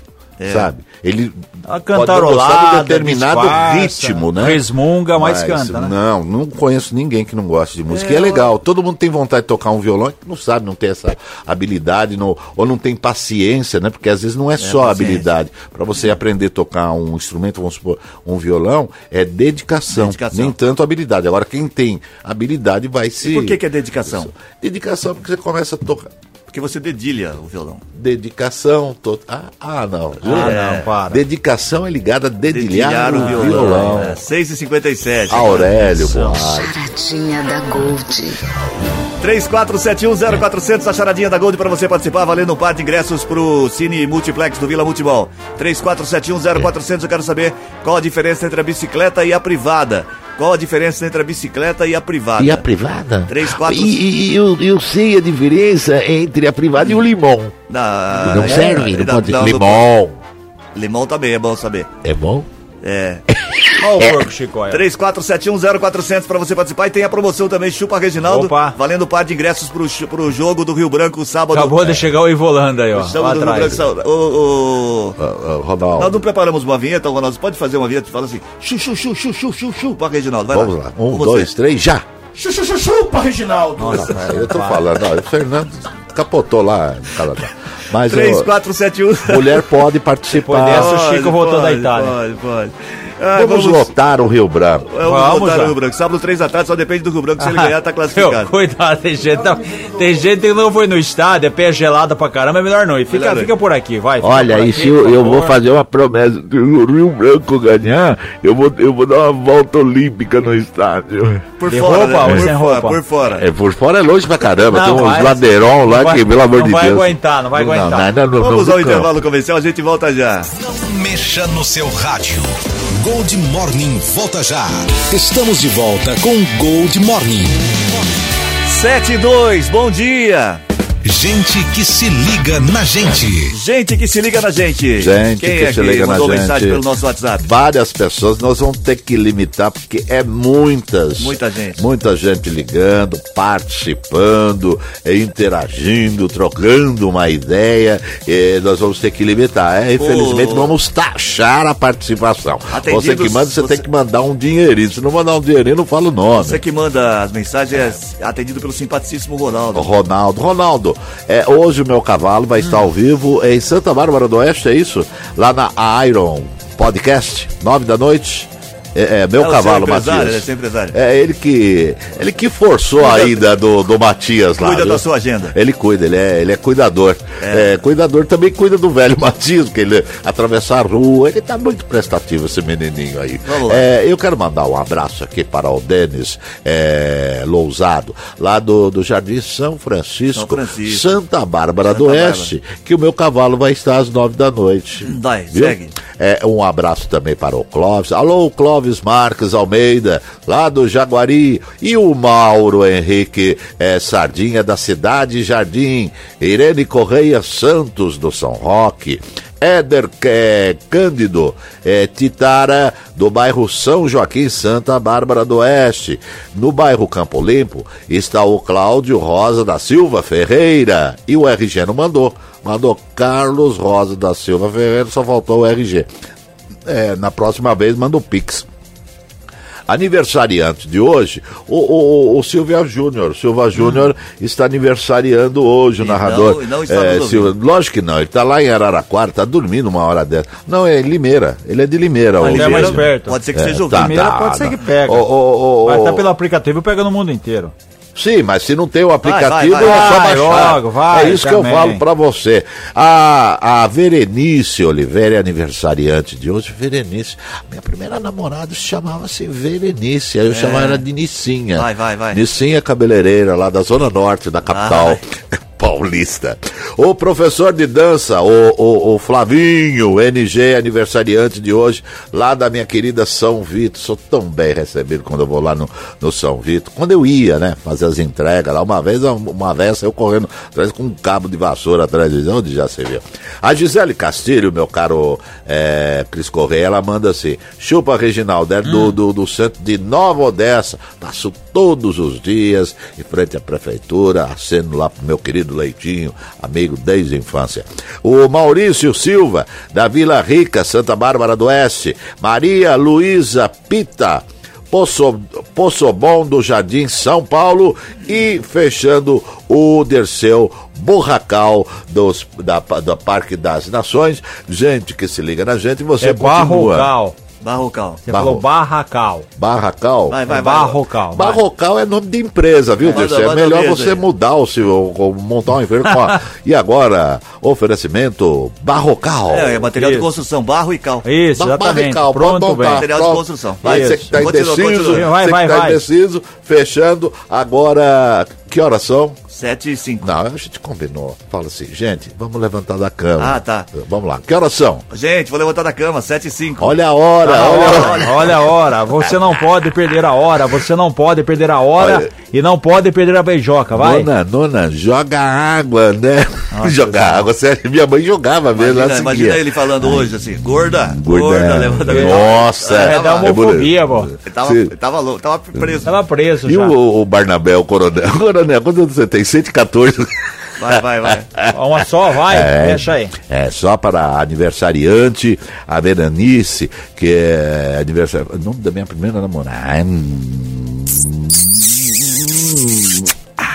[SPEAKER 2] Sabe? Ele
[SPEAKER 3] A
[SPEAKER 2] pode não gostar
[SPEAKER 3] cantarolada,
[SPEAKER 2] de determinado
[SPEAKER 3] disfarça,
[SPEAKER 2] ritmo, né?
[SPEAKER 3] resmunga, mas canta, né?
[SPEAKER 2] Não, não conheço ninguém que não goste de música. e é legal, todo mundo tem vontade de tocar um violão, que não sabe, não tem essa habilidade, não- ou não tem paciência, né? Porque às vezes não é, só habilidade. Para você aprender a tocar um instrumento, vamos supor, um violão, é dedicação,
[SPEAKER 1] Dedicação.
[SPEAKER 2] nem tanto habilidade. Agora, quem tem habilidade vai se...
[SPEAKER 1] E por que, que é dedicação?
[SPEAKER 2] Dedicação, porque você começa a tocar
[SPEAKER 1] Porque você dedilha o violão.
[SPEAKER 2] dedicação toda. Ah, ah, não.
[SPEAKER 3] Ah,
[SPEAKER 2] É.
[SPEAKER 3] não, para.
[SPEAKER 2] Dedicação é ligada a dedilhar, o violão.
[SPEAKER 1] É, 6h57.
[SPEAKER 2] Aurélio, Boa.
[SPEAKER 4] Charadinha da Gold.
[SPEAKER 1] 34710400, a charadinha da Gold pra você participar, valendo um par de ingressos pro Cine Multiplex do Vila Multimol. 34710400, eu quero saber qual a diferença entre a bicicleta e a privada. Qual a diferença entre a bicicleta e a privada?
[SPEAKER 7] E a privada?
[SPEAKER 1] Três, quatro-
[SPEAKER 7] E, e- e eu, eu sei a diferença entre a privada e o limão.
[SPEAKER 1] Na-
[SPEAKER 7] Não
[SPEAKER 1] é,
[SPEAKER 7] serve, não
[SPEAKER 1] na-
[SPEAKER 7] pode.
[SPEAKER 1] na-
[SPEAKER 7] limão.
[SPEAKER 1] Limão também é bom saber.
[SPEAKER 7] É bom?
[SPEAKER 1] É.
[SPEAKER 3] Olha o porco, Chico. olha.
[SPEAKER 1] 34710400 pra você participar. E tem a promoção também, Chupa Reginaldo.
[SPEAKER 3] Opa.
[SPEAKER 1] Valendo um par de ingressos pro, chu- pro jogo do Rio Branco sábado.
[SPEAKER 3] Acabou de chegar o Ivolanda aí, ó.
[SPEAKER 1] Sábado
[SPEAKER 3] Lá
[SPEAKER 1] do Rio Branco
[SPEAKER 3] atrás.
[SPEAKER 1] sábado. Ô, ô,
[SPEAKER 2] Ah, ah,
[SPEAKER 1] Nós
[SPEAKER 2] Ronaldo.
[SPEAKER 1] não preparamos uma vinheta, Ronaldo. Você pode fazer uma vinheta e fala assim: chu, chu, chu, chu, chu, chu, chu, pra Reginaldo. Vai
[SPEAKER 2] Vamos
[SPEAKER 1] lá.
[SPEAKER 2] lá. Um,
[SPEAKER 1] Com você.
[SPEAKER 2] dois, três, já.
[SPEAKER 1] Chu, chu, chu, chu, pra Reginaldo.
[SPEAKER 2] Ah, eu tô falando, ó, o Fernando capotou lá no Canadá. Mas eu-
[SPEAKER 1] 3471.
[SPEAKER 2] mulher pode participar.
[SPEAKER 3] Depois dessa- o Chico voltou da
[SPEAKER 1] pode,
[SPEAKER 3] Itália.
[SPEAKER 1] Pode, pode. Ai,
[SPEAKER 2] Vamos lotar o Rio Branco.
[SPEAKER 1] Vamos,
[SPEAKER 3] Vamos
[SPEAKER 1] voltar
[SPEAKER 3] lá.
[SPEAKER 1] no Rio Branco. Sábado, três da tarde, só depende do Rio Branco. Se ele ganhar, tá
[SPEAKER 3] Meu,
[SPEAKER 1] classificado.
[SPEAKER 3] cuidado, tem gente, tá- tem gente que não foi no estádio, é pé gelado pra caramba, é melhor não ir. Fica,
[SPEAKER 1] Melhor não ir.
[SPEAKER 3] fica por aqui, vai. fica
[SPEAKER 7] Olha,
[SPEAKER 3] por
[SPEAKER 7] e
[SPEAKER 3] aqui,
[SPEAKER 7] se eu,
[SPEAKER 3] por
[SPEAKER 7] eu vou
[SPEAKER 3] favor.
[SPEAKER 7] fazer uma promessa, se o Rio Branco ganhar, eu vou, eu vou dar uma volta olímpica no estádio.
[SPEAKER 1] Por
[SPEAKER 3] De
[SPEAKER 1] fora,
[SPEAKER 3] roupa
[SPEAKER 1] né?
[SPEAKER 3] ou
[SPEAKER 1] por
[SPEAKER 3] sem
[SPEAKER 1] fora,
[SPEAKER 3] roupa?
[SPEAKER 1] por fora.
[SPEAKER 7] É, por fora é longe pra caramba,
[SPEAKER 3] Não,
[SPEAKER 7] tem uns
[SPEAKER 3] vai-
[SPEAKER 7] ladeirão lá
[SPEAKER 3] não vai-
[SPEAKER 7] que, pelo amor
[SPEAKER 3] não
[SPEAKER 7] de
[SPEAKER 3] vai
[SPEAKER 7] Deus.
[SPEAKER 3] aguentar, não vai aguentar.
[SPEAKER 2] é
[SPEAKER 7] Não, não, não,
[SPEAKER 1] Vamos
[SPEAKER 7] não,
[SPEAKER 1] ao
[SPEAKER 7] não.
[SPEAKER 1] intervalo comercial, a gente volta já.
[SPEAKER 5] Não mexa no seu rádio. Gold Morning volta já. Estamos de volta com Gold Morning.
[SPEAKER 1] 7 e 2, bom dia.
[SPEAKER 5] Gente que se liga na gente.
[SPEAKER 1] Gente que se liga na gente.
[SPEAKER 2] Gente
[SPEAKER 1] Quem
[SPEAKER 2] que
[SPEAKER 1] é
[SPEAKER 2] se
[SPEAKER 1] que
[SPEAKER 2] liga na
[SPEAKER 1] mandou
[SPEAKER 2] gente.
[SPEAKER 1] mensagem pelo nosso WhatsApp?
[SPEAKER 2] Várias pessoas, nós vamos ter que limitar, porque é muitas.
[SPEAKER 1] Muita gente.
[SPEAKER 2] Muita gente ligando, participando, eh, interagindo, trocando uma ideia. eh, nós vamos ter que limitar. eh? Infelizmente,
[SPEAKER 1] Ô.
[SPEAKER 2] vamos taxar a participação.
[SPEAKER 1] Atendidos,
[SPEAKER 2] você que manda, você,
[SPEAKER 1] você-
[SPEAKER 2] tem que mandar um dinheirinho. Se não mandar um dinheirinho, não fala o nome.
[SPEAKER 1] Você que manda as mensagens é atendido pelo simpaticíssimo Ronaldo.
[SPEAKER 2] Ronaldo. Ronaldo, é, hoje o meu cavalo vai estar ao vivo em Santa Bárbara do Oeste, é isso? Lá na Iron Podcast, nove da noite. É, é meu
[SPEAKER 1] É o seu
[SPEAKER 2] cavalo,
[SPEAKER 1] empresário,
[SPEAKER 2] Matias.
[SPEAKER 1] ele é seu empresário.
[SPEAKER 2] É ele que, ele que forçou a ida do, do Matias lá.
[SPEAKER 1] Cuida
[SPEAKER 2] viu?
[SPEAKER 1] da sua agenda.
[SPEAKER 2] Ele cuida, ele é, ele é cuidador. É, cuidador também cuida do velho Matias, que ele atravessa a rua. Ele tá muito prestativo, esse menininho aí.
[SPEAKER 1] Vamos lá.
[SPEAKER 2] É, eu quero mandar um abraço aqui para o Denis é, Lousado, lá do, do Jardim São Francisco,
[SPEAKER 1] São Francisco.
[SPEAKER 2] Santa Bárbara do
[SPEAKER 1] Bárbara.
[SPEAKER 2] Oeste, que o meu cavalo vai estar às nove da noite.
[SPEAKER 1] Vai,
[SPEAKER 2] Viu?
[SPEAKER 1] segue.
[SPEAKER 2] É, um abraço também para o Clóvis. Alô, Clóvis Marques Almeida, lá do Jaguari. E o Mauro Henrique é, Sardinha, da Cidade Jardim. Irene Correia Santos, do São Roque. Éder é, Cândido é, Titara, do bairro São Joaquim, Santa Bárbara do Oeste. No bairro Campo Limpo está o Cláudio Rosa da Silva Ferreira. E o RG não mandou. Mandou Carlos Rosa da Silva Ferreira, só faltou o RG. É, na próxima vez manda o Pix. Aniversariante de hoje, o, o, o- o Silvia Júnior. O Silva Júnior está aniversariando hoje, o
[SPEAKER 1] Hum. E não-
[SPEAKER 2] narrador.
[SPEAKER 1] e não está nos
[SPEAKER 2] Silva- lógico que não, ele está lá em Araraquara, está dormindo uma hora dessa. Não, é em Limeira. Ele é de Limeira hoje.
[SPEAKER 3] é mais
[SPEAKER 2] mesmo.
[SPEAKER 3] perto.
[SPEAKER 1] Pode ser que
[SPEAKER 2] É,
[SPEAKER 1] seja
[SPEAKER 2] tá,
[SPEAKER 1] ouvido.
[SPEAKER 3] Limeira pode ser que pega.
[SPEAKER 2] Ô, ô, ô,
[SPEAKER 3] Mas
[SPEAKER 2] ô,
[SPEAKER 3] tá pelo aplicativo pega no mundo inteiro.
[SPEAKER 2] Sim, mas se não tem o aplicativo,
[SPEAKER 1] Vai, vai,
[SPEAKER 2] é só
[SPEAKER 3] vai.
[SPEAKER 2] baixar.
[SPEAKER 3] Vai logo, vai,
[SPEAKER 2] é isso que eu
[SPEAKER 3] também.
[SPEAKER 2] falo pra você. A, a Verenice Oliveira é aniversariante de hoje. Verenice, minha primeira namorada se chamava-se Verenice. Aí eu chamava ela de Nicinha.
[SPEAKER 1] É. Vai, vai, vai.
[SPEAKER 2] Nicinha cabeleireira lá da zona norte da capital. Paulista. O professor de dança, o, o, o Flavinho, NG, aniversariante de hoje, lá da minha querida São Vito. Sou tão bem recebido quando eu vou lá no, no São Vito. Quando eu ia, né, fazer as entregas lá, uma vez, uma vez eu correndo atrás com um cabo de vassoura atrás de onde já se viu. A Gisele Castilho, meu caro é, Cris Correia, ela manda assim: chupa Reginaldo, é do, do, do centro de Nova Odessa. Passo todos os dias em frente à prefeitura, acendo lá pro meu querido Leitinho, amigo desde a infância. O Maurício Silva, da Vila Rica, Santa Bárbara do Oeste. Maria Luísa Pita. Poço, Poço Bom do Jardim, São Paulo. E fechando o Derceu Borracal dos, da, da Parque das Nações. Gente que se liga na gente, você
[SPEAKER 3] é
[SPEAKER 2] continua.
[SPEAKER 3] Barrocal.
[SPEAKER 1] Barrocal.
[SPEAKER 3] Você
[SPEAKER 2] Barro-
[SPEAKER 3] falou Barracal.
[SPEAKER 2] Barracal.
[SPEAKER 1] Vai, vai,
[SPEAKER 3] É
[SPEAKER 1] vai.
[SPEAKER 3] Barrocal. vai.
[SPEAKER 2] Barrocal é nome de empresa, viu,
[SPEAKER 1] Manda-
[SPEAKER 2] Dirceu? É
[SPEAKER 1] manda
[SPEAKER 2] melhor
[SPEAKER 1] mesmo
[SPEAKER 2] você
[SPEAKER 1] aí.
[SPEAKER 2] mudar o seu, ou montar uma empresa com a... E agora, oferecimento Barrocal.
[SPEAKER 1] É, é material de
[SPEAKER 3] Isso. É
[SPEAKER 1] construção, barro e cal.
[SPEAKER 3] Isso,
[SPEAKER 2] Ba-
[SPEAKER 3] exatamente.
[SPEAKER 2] Barrical,
[SPEAKER 3] Pronto,
[SPEAKER 2] pronto,
[SPEAKER 3] bem.
[SPEAKER 2] tá,
[SPEAKER 1] Material de
[SPEAKER 2] pronto.
[SPEAKER 1] construção.
[SPEAKER 2] Vai,
[SPEAKER 3] Isso.
[SPEAKER 2] você que tá
[SPEAKER 1] Continua,
[SPEAKER 2] indeciso,
[SPEAKER 1] continua.
[SPEAKER 3] Vai,
[SPEAKER 2] você
[SPEAKER 3] vai,
[SPEAKER 2] que tá
[SPEAKER 3] vai.
[SPEAKER 2] indeciso, fechando. Agora, que horas são?
[SPEAKER 1] 7 e 5.
[SPEAKER 2] Não, a gente combinou. Fala assim, gente, vamos levantar da cama.
[SPEAKER 1] Ah, tá.
[SPEAKER 2] Vamos lá, que horas são?
[SPEAKER 1] Gente, vou levantar da cama, 7 e 5.
[SPEAKER 2] Olha a hora,
[SPEAKER 1] Tá,
[SPEAKER 2] olha a hora.
[SPEAKER 3] Olha, olha a hora, você não pode perder a hora, você não pode perder a hora
[SPEAKER 2] Olha.
[SPEAKER 3] e não pode perder a beijoca, vai.
[SPEAKER 2] Nona, nona, joga água, né? joga água, sério. Minha mãe jogava mesmo. ela
[SPEAKER 1] Imagina,
[SPEAKER 2] seguia.
[SPEAKER 1] imagina ele falando hoje assim, gorda, gorda,
[SPEAKER 2] Gorda,
[SPEAKER 1] levanta
[SPEAKER 2] Nossa,
[SPEAKER 3] É da
[SPEAKER 2] bonito.
[SPEAKER 3] homofobia, pô.
[SPEAKER 1] um Ele tava,
[SPEAKER 2] Sim.
[SPEAKER 1] ele tava louco, tava preso.
[SPEAKER 3] Tava preso
[SPEAKER 2] E
[SPEAKER 3] já.
[SPEAKER 2] o, o Barnabé, o coronel? Coronel, quantos anos você tem? 114.
[SPEAKER 1] Vai, vai, vai.
[SPEAKER 3] Uma só, vai,
[SPEAKER 2] É.
[SPEAKER 3] deixa aí.
[SPEAKER 2] É, só para aniversariante, a Veranice, que é aniversário. O nome da minha primeira namorada.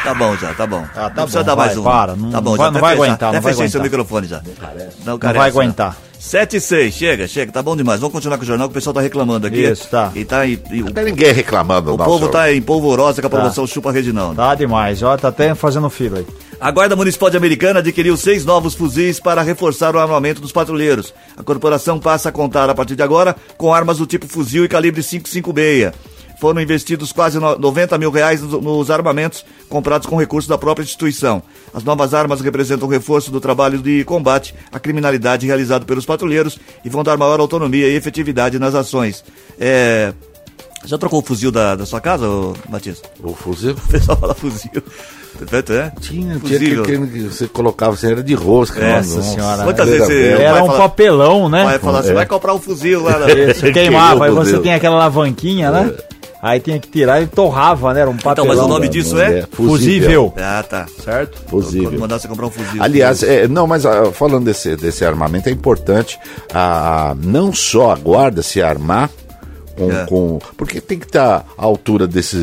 [SPEAKER 1] Tá bom já, tá bom.
[SPEAKER 3] Ah, tá
[SPEAKER 1] não precisa
[SPEAKER 3] bom,
[SPEAKER 1] dar mais
[SPEAKER 3] vai,
[SPEAKER 1] um.
[SPEAKER 3] para, não-
[SPEAKER 1] tá
[SPEAKER 3] não
[SPEAKER 1] bom,
[SPEAKER 3] vai-
[SPEAKER 1] já
[SPEAKER 3] não
[SPEAKER 1] até
[SPEAKER 3] vai
[SPEAKER 1] fechei-
[SPEAKER 3] aguentar,
[SPEAKER 1] Até
[SPEAKER 3] não vai
[SPEAKER 1] fechei seu
[SPEAKER 3] aguentar.
[SPEAKER 1] microfone já. Não,
[SPEAKER 3] vai aguentar.
[SPEAKER 1] 7 e 6, chega, chega, tá bom demais. Vamos continuar com o jornal que o pessoal tá reclamando aqui.
[SPEAKER 3] Isso, tá.
[SPEAKER 1] E tá em- e o,
[SPEAKER 2] Não tem ninguém reclamando,
[SPEAKER 1] o
[SPEAKER 2] não,
[SPEAKER 1] povo
[SPEAKER 2] senhor.
[SPEAKER 1] tá em polvorosa com a promoção Chupa Reginaldo.
[SPEAKER 3] Tá demais, ó, tá até fazendo fila aí.
[SPEAKER 1] A Guarda Municipal de Americana adquiriu seis novos fuzis para reforçar o armamento dos patrulheiros. A corporação passa a contar, a partir de agora, com armas do tipo fuzil e calibre 5,56. Foram investidos quase no- 90 mil reais nos- nos armamentos comprados com recursos da própria instituição. As novas armas representam um reforço do trabalho de combate à criminalidade realizado pelos patrulheiros e vão dar maior autonomia e efetividade nas ações. É, Já trocou o fuzil da, da sua casa, ô, Matias?
[SPEAKER 2] O fuzil.
[SPEAKER 1] O pessoal fala fuzil. Tanto é?
[SPEAKER 2] Tinha, tinha
[SPEAKER 1] Fusível.
[SPEAKER 2] aquele que, que você colocava, assim, era de rosca.
[SPEAKER 1] Nossa
[SPEAKER 3] senhora.
[SPEAKER 1] Quantas vezes você-
[SPEAKER 2] Era
[SPEAKER 1] vai
[SPEAKER 3] Era um
[SPEAKER 1] falar-
[SPEAKER 3] papelão, né?
[SPEAKER 1] Vai falar, você
[SPEAKER 2] É.
[SPEAKER 1] vai comprar um fuzil lá na...
[SPEAKER 3] Isso, queimava, aí
[SPEAKER 2] Meu
[SPEAKER 3] você
[SPEAKER 2] Deus.
[SPEAKER 3] tem aquela alavanquinha, né? Aí tinha que tirar e torrava, né? Era um papelão.
[SPEAKER 1] mas o nome disso- é?
[SPEAKER 3] Fusível.
[SPEAKER 1] Ah, tá.
[SPEAKER 3] Certo?
[SPEAKER 1] Quando
[SPEAKER 2] Fusível.
[SPEAKER 1] mandar você comprar um fuzil.
[SPEAKER 2] Aliás,
[SPEAKER 3] né?
[SPEAKER 2] é, não, mas ah, falando desse, desse armamento, é importante a, a- não só a guarda se armar, com,
[SPEAKER 1] É.
[SPEAKER 2] com- porque tem que estar à altura desse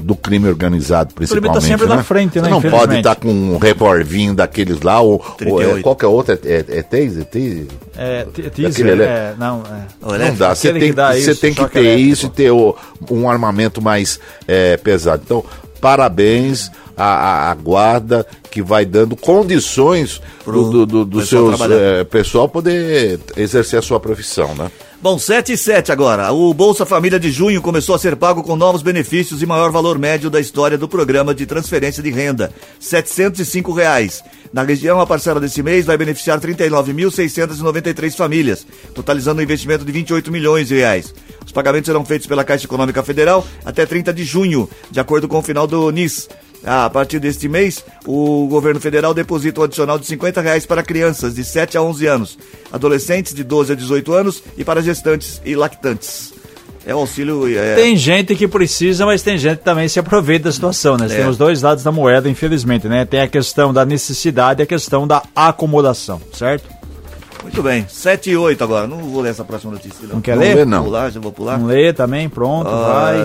[SPEAKER 2] do crime organizado,
[SPEAKER 3] crime tá
[SPEAKER 2] principalmente.
[SPEAKER 3] sempre
[SPEAKER 2] né?
[SPEAKER 3] na frente, né,
[SPEAKER 2] Você não
[SPEAKER 3] infelizmente.
[SPEAKER 2] pode estar com um revolvinho daqueles lá ou, ou é,
[SPEAKER 1] 38.
[SPEAKER 2] qualquer outro é, é, é taser, taser?
[SPEAKER 3] É, t-
[SPEAKER 2] Aquele
[SPEAKER 3] teaser, é, não, é.
[SPEAKER 1] Olha,
[SPEAKER 2] Não dá, você
[SPEAKER 3] aquele
[SPEAKER 2] tem
[SPEAKER 3] que
[SPEAKER 2] que,
[SPEAKER 3] dá
[SPEAKER 2] você
[SPEAKER 3] isso,
[SPEAKER 2] tem que
[SPEAKER 3] choque
[SPEAKER 2] ter
[SPEAKER 3] elétrico.
[SPEAKER 2] isso e ter o- um armamento mais é, pesado. Então, parabéns à, à- à guarda que vai dando condições
[SPEAKER 1] Pro
[SPEAKER 2] do, do, do, do
[SPEAKER 1] pessoal
[SPEAKER 2] seu
[SPEAKER 1] trabalhar.
[SPEAKER 2] pessoal poder exercer a sua profissão, né?
[SPEAKER 1] Bom, 7 e 7 agora. O Bolsa Família de junho começou a ser pago com novos benefícios e maior valor médio da história do programa de transferência de renda, R$ 705 reais. Na região, a parcela desse mês vai beneficiar 39.693 famílias, totalizando um investimento de 28 milhões de reais. Os pagamentos serão feitos pela Caixa Econômica Federal até 30 de junho, de acordo com o final do NIS. Ah, A partir deste mês, o governo federal deposita um adicional de 50 reais para crianças de 7 a 11 anos, adolescentes de 12 a 18 anos e para gestantes e lactantes. É um auxílio... É,
[SPEAKER 3] Tem gente que precisa, mas tem gente que também se aproveita da situação, né? Você
[SPEAKER 1] É.
[SPEAKER 3] Tem os dois lados da moeda, infelizmente, né? Tem a questão da necessidade e a questão da acomodação, certo?
[SPEAKER 1] Muito bem, 7 e 8 agora. Não vou ler essa próxima notícia.
[SPEAKER 3] Não quer
[SPEAKER 2] Não
[SPEAKER 3] ler?
[SPEAKER 2] lê,
[SPEAKER 1] Vou
[SPEAKER 2] não.
[SPEAKER 1] pular, já vou
[SPEAKER 2] Ah.
[SPEAKER 1] pular. Ah,
[SPEAKER 3] Não Um lê também, pronto, vai.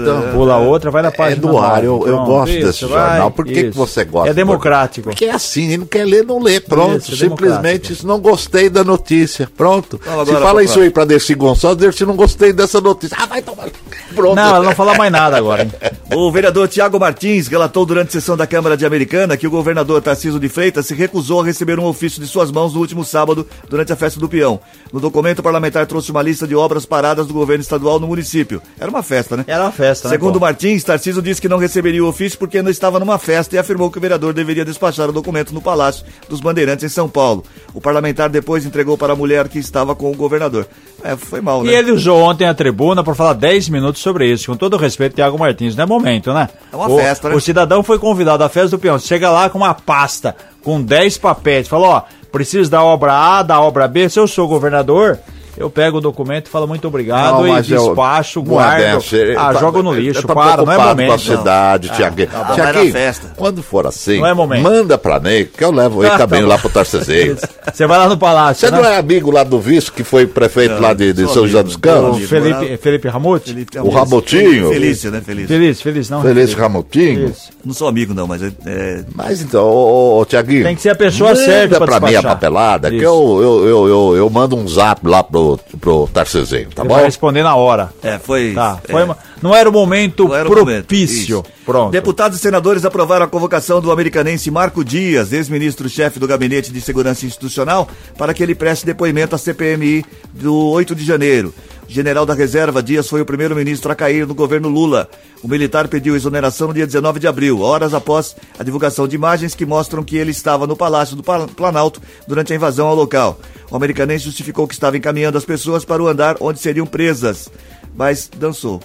[SPEAKER 1] Então,
[SPEAKER 3] Pula outra, vai na
[SPEAKER 2] né? É
[SPEAKER 3] página.
[SPEAKER 2] do ar,
[SPEAKER 3] nove,
[SPEAKER 2] eu, eu
[SPEAKER 3] pronto.
[SPEAKER 2] gosto
[SPEAKER 3] Isso,
[SPEAKER 2] desse
[SPEAKER 3] vai,
[SPEAKER 2] jornal. Por que, que
[SPEAKER 3] isso.
[SPEAKER 2] você gosta?
[SPEAKER 3] É democrático.
[SPEAKER 2] Porque é assim, ele não quer ler, não lê. Pronto,
[SPEAKER 3] Isso, é democrático.
[SPEAKER 2] simplesmente isso, não gostei da notícia. Pronto.
[SPEAKER 1] Fala
[SPEAKER 2] Se
[SPEAKER 1] agora,
[SPEAKER 2] fala
[SPEAKER 1] papai.
[SPEAKER 2] isso aí pra Dercy Gonçalves, Dercy, não gostei dessa notícia. Ah, vai tomar. Pronto.
[SPEAKER 3] Não, ela não fala mais nada agora. hein?
[SPEAKER 1] O vereador Tiago Martins relatou durante sessão da Câmara de Americana que o governador Tarcísio de Freitas se recusou a receber um ofício de suas mãos no último sábado, durante a festa do peão. No documento, o parlamentar trouxe uma lista de obras paradas do governo estadual no município. Era uma festa, né?
[SPEAKER 3] Era uma festa, né?
[SPEAKER 1] Segundo
[SPEAKER 3] pô?
[SPEAKER 1] Martins, Tarcísio disse que não receberia o ofício porque não estava numa festa e afirmou que o vereador deveria despachar o documento no Palácio dos Bandeirantes em São Paulo. O parlamentar depois entregou para a mulher que estava com o governador. É, foi mal, né?
[SPEAKER 3] E ele usou ontem a tribuna para falar 10 minutos sobre isso. Com todo o respeito, Tiago Martins, não é momento, né?
[SPEAKER 1] É uma
[SPEAKER 3] o,
[SPEAKER 1] festa, né?
[SPEAKER 3] O cidadão foi convidado à festa do peão. Chega lá com uma pasta, com 10 papéis. Falou, ó, preciso da obra A, da obra B. Se eu sou governador, eu pego o documento e falo muito obrigado
[SPEAKER 2] Não,
[SPEAKER 3] e
[SPEAKER 2] mas eu-
[SPEAKER 3] despacho,
[SPEAKER 2] não é
[SPEAKER 3] guardo.
[SPEAKER 2] dessa, ele tá-
[SPEAKER 3] ah, jogo no
[SPEAKER 2] ele
[SPEAKER 3] lixo,
[SPEAKER 2] tá
[SPEAKER 3] para, não Ah, é
[SPEAKER 2] preocupado
[SPEAKER 3] momento.
[SPEAKER 2] Com a cidade, Tiaguinho.
[SPEAKER 1] tá bom, vai na
[SPEAKER 2] Tiaguinho,
[SPEAKER 1] festa.
[SPEAKER 2] quando for assim,
[SPEAKER 3] Não é momento.
[SPEAKER 2] manda pra Ney, que eu levo
[SPEAKER 3] Ah,
[SPEAKER 2] ele
[SPEAKER 3] tá
[SPEAKER 2] também
[SPEAKER 3] bom.
[SPEAKER 2] lá pro Tarcezeiro.
[SPEAKER 3] Você vai lá no palácio,
[SPEAKER 2] Você
[SPEAKER 3] né?
[SPEAKER 2] não é amigo lá do vice, que foi prefeito lá de, de
[SPEAKER 1] sou
[SPEAKER 2] São José
[SPEAKER 1] amigo,
[SPEAKER 2] dos
[SPEAKER 1] sou
[SPEAKER 3] O
[SPEAKER 2] Campos?
[SPEAKER 1] amigo.
[SPEAKER 3] Felipe, Felipe Ramute?
[SPEAKER 1] é
[SPEAKER 2] O Rabotinho.
[SPEAKER 1] Felício, um né? Felício.
[SPEAKER 3] Feliz, feliz, não.
[SPEAKER 2] Feliz Ramotinho?
[SPEAKER 3] Feliz.
[SPEAKER 1] Não sou amigo, não, mas é, é,
[SPEAKER 2] Mas então, ô, ô, ô, Tiaguinho.
[SPEAKER 3] Tem que ser a pessoa
[SPEAKER 2] manda
[SPEAKER 3] certa pra
[SPEAKER 2] pra mim a
[SPEAKER 3] despachar.
[SPEAKER 2] papelada, que
[SPEAKER 3] Isso.
[SPEAKER 2] eu, eu, eu, eu, eu mando um zap lá pro, pro Tarcezeiro, tá
[SPEAKER 3] Ele
[SPEAKER 2] bom?
[SPEAKER 3] vai responder na hora.
[SPEAKER 1] é, foi.
[SPEAKER 3] Tá,
[SPEAKER 1] é,
[SPEAKER 3] foi uma- não era o momento
[SPEAKER 1] não era o momento.
[SPEAKER 3] propício.
[SPEAKER 1] Isso.
[SPEAKER 3] Pronto.
[SPEAKER 1] Deputados e senadores aprovaram a convocação do americanense Marco Dias, ex-ministro-chefe do Gabinete de Segurança Institucional, para que ele preste depoimento à CPMI do 8 de janeiro. General da Reserva, Dias foi o primeiro-ministro a cair no governo Lula. O militar pediu exoneração no dia 19 de abril, horas após a divulgação de imagens que mostram que ele estava no Palácio do Pal- Planalto durante a invasão ao local. O americanense justificou que estava encaminhando as pessoas para o andar onde seriam presas, mas dançou.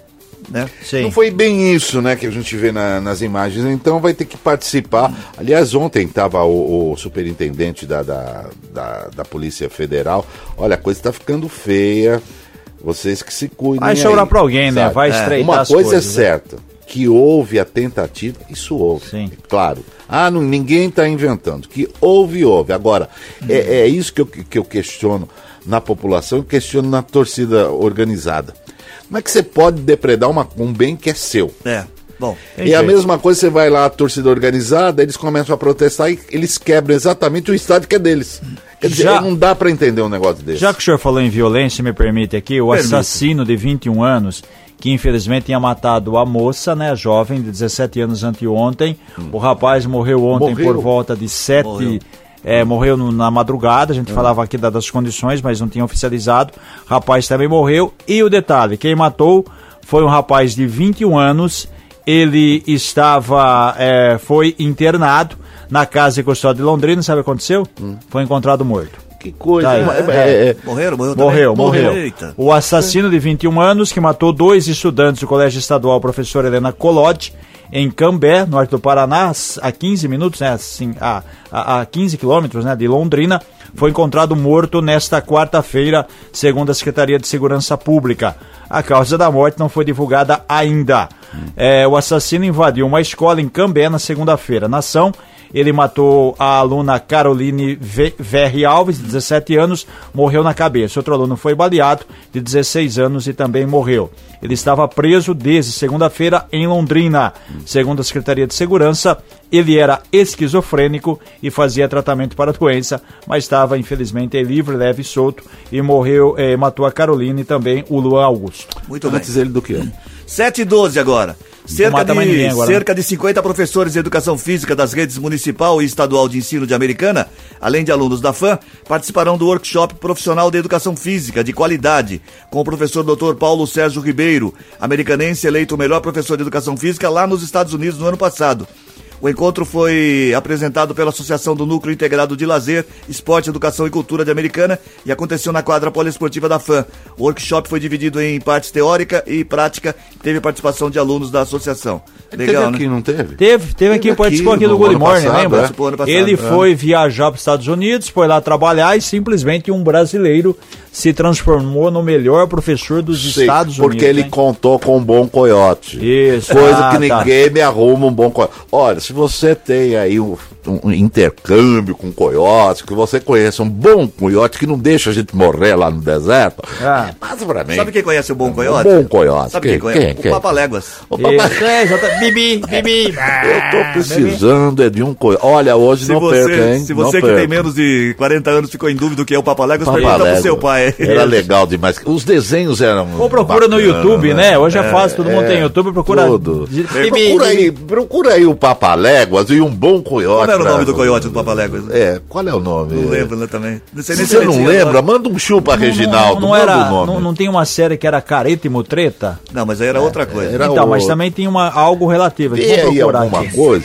[SPEAKER 1] Né?
[SPEAKER 3] Sim.
[SPEAKER 2] Não foi bem isso, né, que a gente vê na- nas imagens. Então vai ter que participar. Aliás, ontem estava o, o superintendente da, da, da, da Polícia Federal. Olha, a coisa está ficando feia. Vocês que se cuidem.
[SPEAKER 3] Vai
[SPEAKER 2] aí,
[SPEAKER 3] chorar pra alguém, né? Vai estreitar
[SPEAKER 2] Uma
[SPEAKER 3] as
[SPEAKER 2] coisa
[SPEAKER 3] coisas,
[SPEAKER 2] é
[SPEAKER 3] né?
[SPEAKER 2] certa, que houve a tentativa, isso houve.
[SPEAKER 3] Sim.
[SPEAKER 2] É Claro. Ah, não, ninguém está inventando. Que houve, houve. Agora,
[SPEAKER 3] Uhum.
[SPEAKER 2] é, é isso que eu, que eu questiono na população, eu questiono na torcida organizada. Como é que você pode depredar uma- um bem que é seu?
[SPEAKER 1] É, bom.
[SPEAKER 3] Tem
[SPEAKER 2] e a
[SPEAKER 3] jeito.
[SPEAKER 2] mesma coisa, você vai lá, a torcida organizada, eles começam a protestar e eles quebram exatamente o estádio que é deles. Quer dizer,
[SPEAKER 3] Já-
[SPEAKER 2] não dá para entender um negócio desse.
[SPEAKER 3] Já que o senhor falou em violência, me permite aqui, o
[SPEAKER 1] Permite.
[SPEAKER 3] assassino de 21 anos, que infelizmente tinha matado a moça, né, a jovem de 17 anos anteontem, o rapaz morreu ontem
[SPEAKER 2] Hum. Morreu?
[SPEAKER 3] por volta de 7...
[SPEAKER 1] Morreu.
[SPEAKER 3] Morreu, morreu no- na madrugada, a gente
[SPEAKER 2] Ah.
[SPEAKER 3] falava aqui da- das condições, mas não tinha oficializado, o rapaz também morreu, e o detalhe, quem matou foi um rapaz de 21 anos, ele estava, eh, foi internado na casa de custódia de Londrina, sabe o que aconteceu? Foi encontrado morto.
[SPEAKER 2] Que Hum. coisa.
[SPEAKER 3] Tá aí.
[SPEAKER 2] hein?
[SPEAKER 3] É,
[SPEAKER 2] É, é, é.
[SPEAKER 1] Morreram, morreu também?
[SPEAKER 3] Morreu, morreu.
[SPEAKER 1] Eita.
[SPEAKER 3] O assassino de 21 anos que matou dois estudantes do Colégio Estadual Professora Helena Colotti em Cambé, norte do Paraná, a 15 minutos, né, assim, a, a, a 15 quilômetros né, de Londrina, foi encontrado morto nesta quarta-feira, segundo a Secretaria de Segurança Pública. A causa da morte não foi divulgada
[SPEAKER 1] Hum.
[SPEAKER 3] ainda. É, o assassino invadiu uma escola em Cambé na segunda-feira. Na ação, Ele matou a aluna Caroline Ve- Verri Alves, de 17 anos, morreu na cabeça. Outro aluno foi baleado, de 16 anos, e também morreu. Ele estava preso desde segunda-feira em Londrina. Segundo a Secretaria de Segurança, ele era esquizofrênico e fazia tratamento para a doença, mas estava, infelizmente, livre, leve e solto e morreu, eh, matou a Caroline e também o Luan Augusto.
[SPEAKER 1] Muito bem.
[SPEAKER 2] Antes ele do que eu.
[SPEAKER 1] 7 e 12 agora. Cerca,
[SPEAKER 3] mata mais
[SPEAKER 1] de,
[SPEAKER 3] ninguém agora, né?
[SPEAKER 1] cerca de 50 professores de educação física das redes municipal e estadual de ensino de Americana, além de alunos da FAM, participarão do workshop profissional de educação física de qualidade, com o professor Dr. Paulo Sérgio Ribeiro, americanense eleito o melhor professor de educação física lá nos Estados Unidos no ano passado. O encontro foi apresentado pela Associação do Núcleo Integrado de Lazer, Esporte, Educação e Cultura de Americana e aconteceu na quadra poliesportiva da FAM. O workshop foi dividido em partes teórica e prática e teve participação de alunos da associação. Legal,
[SPEAKER 2] teve aqui,
[SPEAKER 1] né?
[SPEAKER 2] não teve?
[SPEAKER 3] Teve, teve aqui,
[SPEAKER 2] aqui
[SPEAKER 3] participou aqui do
[SPEAKER 2] no
[SPEAKER 3] Good
[SPEAKER 2] ano
[SPEAKER 3] Morning,
[SPEAKER 2] passado,
[SPEAKER 3] lembra?
[SPEAKER 2] é.
[SPEAKER 1] Participou ano passado,
[SPEAKER 3] ele
[SPEAKER 1] é.
[SPEAKER 3] foi viajar para os Estados Unidos, foi lá trabalhar e simplesmente um brasileiro se transformou no melhor professor dos
[SPEAKER 2] Sei,
[SPEAKER 3] Estados Unidos.
[SPEAKER 2] porque ele
[SPEAKER 3] hein?
[SPEAKER 2] contou com um bom coiote.
[SPEAKER 3] Isso,
[SPEAKER 2] Coisa
[SPEAKER 3] ah,
[SPEAKER 2] que
[SPEAKER 3] tá.
[SPEAKER 2] ninguém me arruma um bom coiote. Olha, se você tem aí um, um intercâmbio com coiote, que você conheça um bom coiote que não deixa a gente morrer lá no deserto, é,
[SPEAKER 3] Ah.
[SPEAKER 2] passa pra mim.
[SPEAKER 1] É.
[SPEAKER 2] Um
[SPEAKER 1] Sabe quem conhece o Bom Coiote?
[SPEAKER 2] Tá bom coiote.
[SPEAKER 1] Sabe quem
[SPEAKER 2] Quem-
[SPEAKER 1] conhece?
[SPEAKER 2] quem- quem?
[SPEAKER 1] O Papa Léguas.
[SPEAKER 2] Ô, papai,
[SPEAKER 3] Isso, é, exata- Bibi, Bibi.
[SPEAKER 2] eu tô precisando é de um coiote. Olha, hoje
[SPEAKER 1] É, Se
[SPEAKER 2] não
[SPEAKER 1] você,
[SPEAKER 2] perca, hein?
[SPEAKER 1] se você
[SPEAKER 2] Não
[SPEAKER 1] que
[SPEAKER 2] perca.
[SPEAKER 1] tem menos de 40 anos ficou em dúvida do que é o Papa Léguas,
[SPEAKER 2] Papa
[SPEAKER 1] pergunta pro
[SPEAKER 2] Légua.
[SPEAKER 1] seu pai.
[SPEAKER 2] Era legal demais. Os desenhos eram.
[SPEAKER 3] Ou procura no
[SPEAKER 2] bacana,
[SPEAKER 3] YouTube, né? Hoje é fácil, todo mundo
[SPEAKER 2] É,
[SPEAKER 3] tem YouTube, procura.
[SPEAKER 2] Tudo.
[SPEAKER 3] de-
[SPEAKER 2] É, procura, aí, procura aí o Papaléguas e um bom coiote.
[SPEAKER 1] Como era o
[SPEAKER 2] pra-
[SPEAKER 1] nome do coiote do Papa Léguas?
[SPEAKER 2] É, qual é o nome?
[SPEAKER 1] Não lembro né, também. Não sei
[SPEAKER 2] Se
[SPEAKER 1] nem
[SPEAKER 2] você
[SPEAKER 1] ele
[SPEAKER 2] não
[SPEAKER 1] tinha
[SPEAKER 2] lembra,
[SPEAKER 1] agora.
[SPEAKER 2] manda um chupa,
[SPEAKER 3] né? Não-
[SPEAKER 2] Reginaldo.
[SPEAKER 3] Não,
[SPEAKER 2] manda
[SPEAKER 3] era,
[SPEAKER 2] o nome.
[SPEAKER 3] não, não tem uma série que era Careta e Mutreta?
[SPEAKER 1] Não, mas aí era outra coisa.
[SPEAKER 2] É, Era
[SPEAKER 3] então,
[SPEAKER 2] Tá, o-
[SPEAKER 3] mas também tem uma, algo relativo.
[SPEAKER 2] Vê
[SPEAKER 3] Vamos
[SPEAKER 2] aí
[SPEAKER 3] procurar
[SPEAKER 2] alguma
[SPEAKER 3] aqui.
[SPEAKER 2] coisa.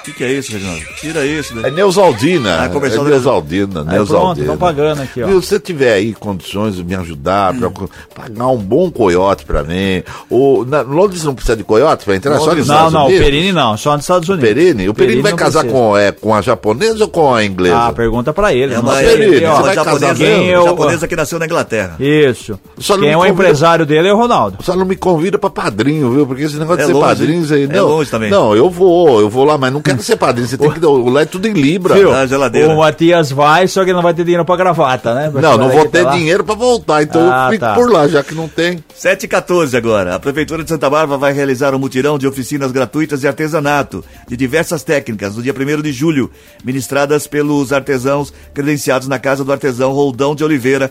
[SPEAKER 1] O que, que é isso, Reginaldo? Tira isso.
[SPEAKER 2] É
[SPEAKER 1] Né?
[SPEAKER 2] Neusaldina.
[SPEAKER 1] Ah, comercial
[SPEAKER 2] é
[SPEAKER 1] da-
[SPEAKER 2] Neusaldina,
[SPEAKER 3] Aí, pronto,
[SPEAKER 2] Neusaldina.
[SPEAKER 3] estão pagando aqui, ó.
[SPEAKER 2] Viu, se você tiver aí condições de me ajudar, pra co- pagar um bom coiote pra mim. Ou, na, Londres não precisa de coiote pra entrar? É só nos
[SPEAKER 3] Não,
[SPEAKER 2] Estados
[SPEAKER 3] não, o
[SPEAKER 2] Unidos?
[SPEAKER 3] Perini não, só nos Estados Unidos.
[SPEAKER 2] Perini? O Perini vai
[SPEAKER 3] não
[SPEAKER 2] casar
[SPEAKER 3] precisa.
[SPEAKER 2] com, é, com a japonesa ou com a inglesa?
[SPEAKER 3] Ah, pergunta pra ele.
[SPEAKER 1] É
[SPEAKER 3] não
[SPEAKER 1] uma,
[SPEAKER 3] sei.
[SPEAKER 2] Perini,
[SPEAKER 3] Aqui, ó,
[SPEAKER 1] é
[SPEAKER 2] vai
[SPEAKER 1] uma
[SPEAKER 2] casar
[SPEAKER 1] japonesa,
[SPEAKER 3] mesmo?
[SPEAKER 1] uma japonesa que nasceu na Inglaterra.
[SPEAKER 3] Isso.
[SPEAKER 2] é Só não
[SPEAKER 3] Quem é o
[SPEAKER 2] convida-
[SPEAKER 3] empresário dele é o Ronaldo.
[SPEAKER 2] Só não me convida pra padrinho, viu? Porque esse negócio
[SPEAKER 1] É
[SPEAKER 2] de ser
[SPEAKER 1] longe,
[SPEAKER 2] padrinho, isso aí,
[SPEAKER 1] é
[SPEAKER 2] não.
[SPEAKER 1] longe também.
[SPEAKER 2] Não, eu vou, eu vou lá, mas não quero ser padrinho. Você tem que. dar- O lá é tudo em Libra.
[SPEAKER 3] Viu?
[SPEAKER 1] Na geladeira.
[SPEAKER 3] O Matias vai, só que ele não vai ter dinheiro pra gravata, né?
[SPEAKER 2] Não, não
[SPEAKER 3] Vai
[SPEAKER 2] vou
[SPEAKER 3] que tá
[SPEAKER 2] ter
[SPEAKER 3] lá.
[SPEAKER 2] dinheiro pra voltar, então
[SPEAKER 3] Ah,
[SPEAKER 2] eu fico
[SPEAKER 3] tá.
[SPEAKER 2] por lá, já que não tem.
[SPEAKER 1] 7 e 14 agora. A Prefeitura de Santa Bárbara vai realizar um mutirão de oficinas gratuitas de artesanato de diversas técnicas no dia 1 de julho, ministradas pelos artesãos credenciados na Casa do Artesão Roldão de Oliveira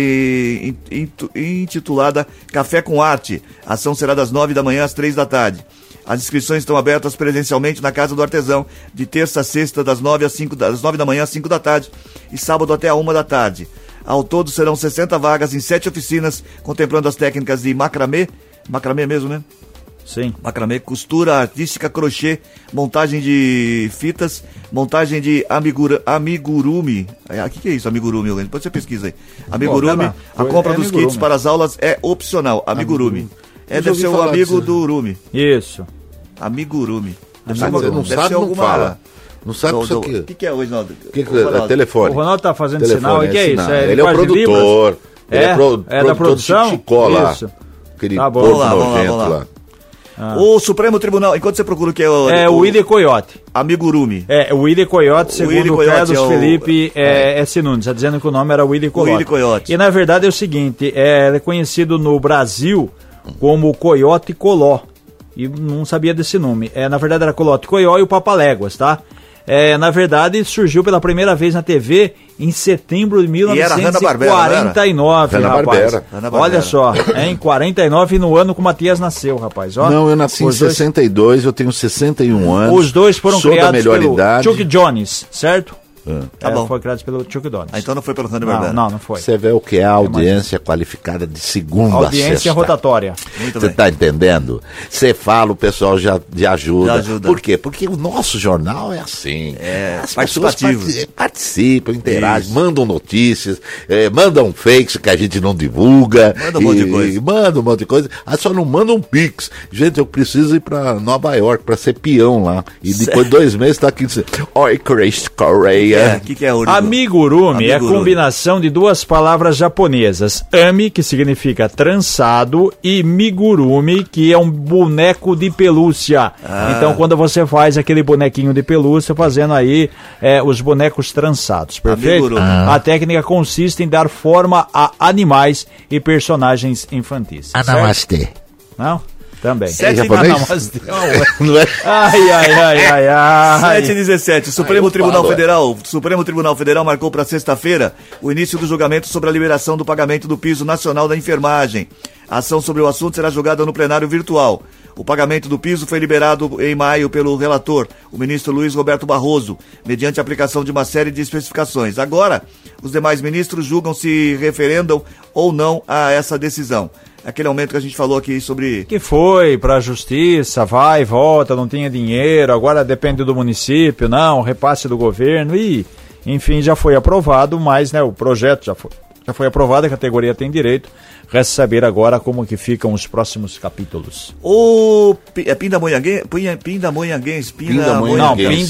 [SPEAKER 1] e intu- intitulada Café com Arte. A ação será das 9 da manhã às 3 da tarde. As inscrições estão abertas presencialmente na Casa do Artesão, de terça a sexta, das 9, às 5, das 9 da manhã às 5 da tarde e sábado até a 1 da tarde. Ao todo serão 60 vagas em sete oficinas, contemplando as técnicas de macramê, macramê mesmo, né?
[SPEAKER 3] Sim.
[SPEAKER 1] Macramê, costura artística, crochê, montagem de fitas, montagem de amigura, amigurumi. O que, que é isso, amigurumi? Eugênio? Depois você pesquisa aí. Amigurumi,
[SPEAKER 3] tá
[SPEAKER 1] a
[SPEAKER 3] lá.
[SPEAKER 1] compra
[SPEAKER 3] É
[SPEAKER 1] dos
[SPEAKER 3] amigurumi.
[SPEAKER 1] kits para as aulas é opcional. Amigurumi. É,
[SPEAKER 2] Eu
[SPEAKER 1] deve
[SPEAKER 2] já ouvi
[SPEAKER 1] ser o
[SPEAKER 2] falar
[SPEAKER 1] amigo
[SPEAKER 2] disso.
[SPEAKER 1] do urumi.
[SPEAKER 3] Isso.
[SPEAKER 1] Amigurumi. Deve ser
[SPEAKER 2] Ah,
[SPEAKER 1] alguma-
[SPEAKER 2] Você não
[SPEAKER 1] deve
[SPEAKER 2] sabe,
[SPEAKER 1] ser
[SPEAKER 2] não
[SPEAKER 1] alguma-
[SPEAKER 2] fala. Não sabe
[SPEAKER 1] do-
[SPEAKER 2] isso
[SPEAKER 1] do-
[SPEAKER 2] aqui.
[SPEAKER 1] que, que é hoje, Naldo?
[SPEAKER 2] que, que é?
[SPEAKER 3] O
[SPEAKER 2] Telefone.
[SPEAKER 3] Ronaldo tá fazendo
[SPEAKER 2] Telefone,
[SPEAKER 3] sinal, e que é isso?
[SPEAKER 2] sinal. ele é o
[SPEAKER 3] faz
[SPEAKER 2] produtor.
[SPEAKER 3] libras?
[SPEAKER 2] Ele é,
[SPEAKER 3] É?
[SPEAKER 2] pro-
[SPEAKER 3] É
[SPEAKER 2] produtor
[SPEAKER 3] da
[SPEAKER 2] de
[SPEAKER 3] produção?
[SPEAKER 2] Chichicó lá.
[SPEAKER 3] Isso.
[SPEAKER 2] Aquele
[SPEAKER 3] Tá bom.
[SPEAKER 2] porco
[SPEAKER 1] Vamos lá, vamos lá,
[SPEAKER 2] nojento
[SPEAKER 1] vamos lá.
[SPEAKER 2] lá.
[SPEAKER 1] Ah. O Supremo Tribunal, enquanto você procura o que é o,
[SPEAKER 3] É o Willy Coyote.
[SPEAKER 1] Amigurumi.
[SPEAKER 3] É, o Willy Coyote, segundo
[SPEAKER 1] Willy
[SPEAKER 3] o
[SPEAKER 1] Coyote
[SPEAKER 3] Carlos
[SPEAKER 1] é o-
[SPEAKER 3] Felipe é, S. Nunes, está dizendo que o nome era Willy Coyote.
[SPEAKER 1] Willy Coyote.
[SPEAKER 3] E na verdade é o seguinte, é, ele é conhecido no Brasil como Coyote Coló. E não sabia desse nome. É, na verdade era Colote Coió e o Papaléguas, tá? É, na verdade surgiu pela primeira vez na TV em setembro de
[SPEAKER 1] era Hanna-Barbera, não era?
[SPEAKER 3] 1949, rapaz.
[SPEAKER 2] Hanna-Barbera.
[SPEAKER 1] Hanna-Barbera.
[SPEAKER 3] Olha só, é em 49 no ano que o Matias nasceu, rapaz. Ó,
[SPEAKER 2] Não, eu nasci em
[SPEAKER 3] Os dois-
[SPEAKER 2] 62, eu tenho 61 anos.
[SPEAKER 3] os dois foram
[SPEAKER 2] sou da
[SPEAKER 3] criados
[SPEAKER 2] melhor
[SPEAKER 3] pelo
[SPEAKER 2] idade.
[SPEAKER 3] Chuck Jones, certo? É,
[SPEAKER 1] Tá bom.
[SPEAKER 3] Foi criado pelo Chuck Jones.
[SPEAKER 1] Ah, então não foi pelo Rani
[SPEAKER 3] não,
[SPEAKER 1] Barbera.
[SPEAKER 3] não, não foi.
[SPEAKER 2] Você é um vê o que é a audiência qualificada de segunda a
[SPEAKER 3] Audiência
[SPEAKER 2] sexta.
[SPEAKER 3] rotatória.
[SPEAKER 1] Muito
[SPEAKER 2] Você
[SPEAKER 1] bem.
[SPEAKER 2] está entendendo? Você fala, o pessoal já, já ajuda.
[SPEAKER 1] Já ajuda.
[SPEAKER 2] Por quê? Porque o nosso jornal é assim.
[SPEAKER 1] É,
[SPEAKER 2] As pessoas
[SPEAKER 1] participativo.
[SPEAKER 2] parti- participam, interagem, mandam notícias, eh, mandam fakes que a gente não divulga.
[SPEAKER 1] Manda um monte de coisa.
[SPEAKER 2] Manda um monte de coisa. Ah, só não mandam pix. Gente, eu preciso ir tá para Nova York para ser peão lá. E depois de dois meses está aqui dizendo: Oi, Chris Correia.
[SPEAKER 1] é? O que, que é origami?
[SPEAKER 3] Amigurumi é a
[SPEAKER 1] Amigurumi.
[SPEAKER 3] combinação de duas palavras japonesas. Ami, que significa trançado, e migurumi, que é um boneco de pelúcia. Então, quando você faz aquele bonequinho de pelúcia, fazendo aí é, os bonecos trançados, perfeito?
[SPEAKER 1] Amigurumi.
[SPEAKER 3] A técnica consiste em dar forma a animais e personagens infantis. certo?
[SPEAKER 8] Namastê.
[SPEAKER 3] Não? Também.
[SPEAKER 1] Sete
[SPEAKER 3] Ah,
[SPEAKER 2] japonês?
[SPEAKER 3] não, mas-
[SPEAKER 2] Não é?
[SPEAKER 3] Ai, ai, ai, ai, ai.
[SPEAKER 1] 7 e 17. O Supremo Tribunal Federal, o Supremo Tribunal Federal marcou para sexta-feira o início do julgamento sobre a liberação do pagamento do piso nacional da enfermagem. A ação sobre o assunto será julgada no plenário virtual. O pagamento do piso foi liberado em maio pelo relator, o ministro Luiz Roberto Barroso, mediante a aplicação de uma série de especificações. Agora, os demais ministros julgam se referendam ou não a essa decisão. Aquele aumento que a gente falou aqui sobre
[SPEAKER 3] que foi para a justiça, vai, volta, não tinha dinheiro, agora depende do município, não, repasse do governo e, enfim, já foi aprovado, mas né, o projeto já foi, já foi aprovado, a categoria tem direito. Resta saber agora como que ficam os próximos capítulos.
[SPEAKER 1] O Pi- é Pindamonhangue- Pinha- Pindamonhanguense, Pindamonhanguense,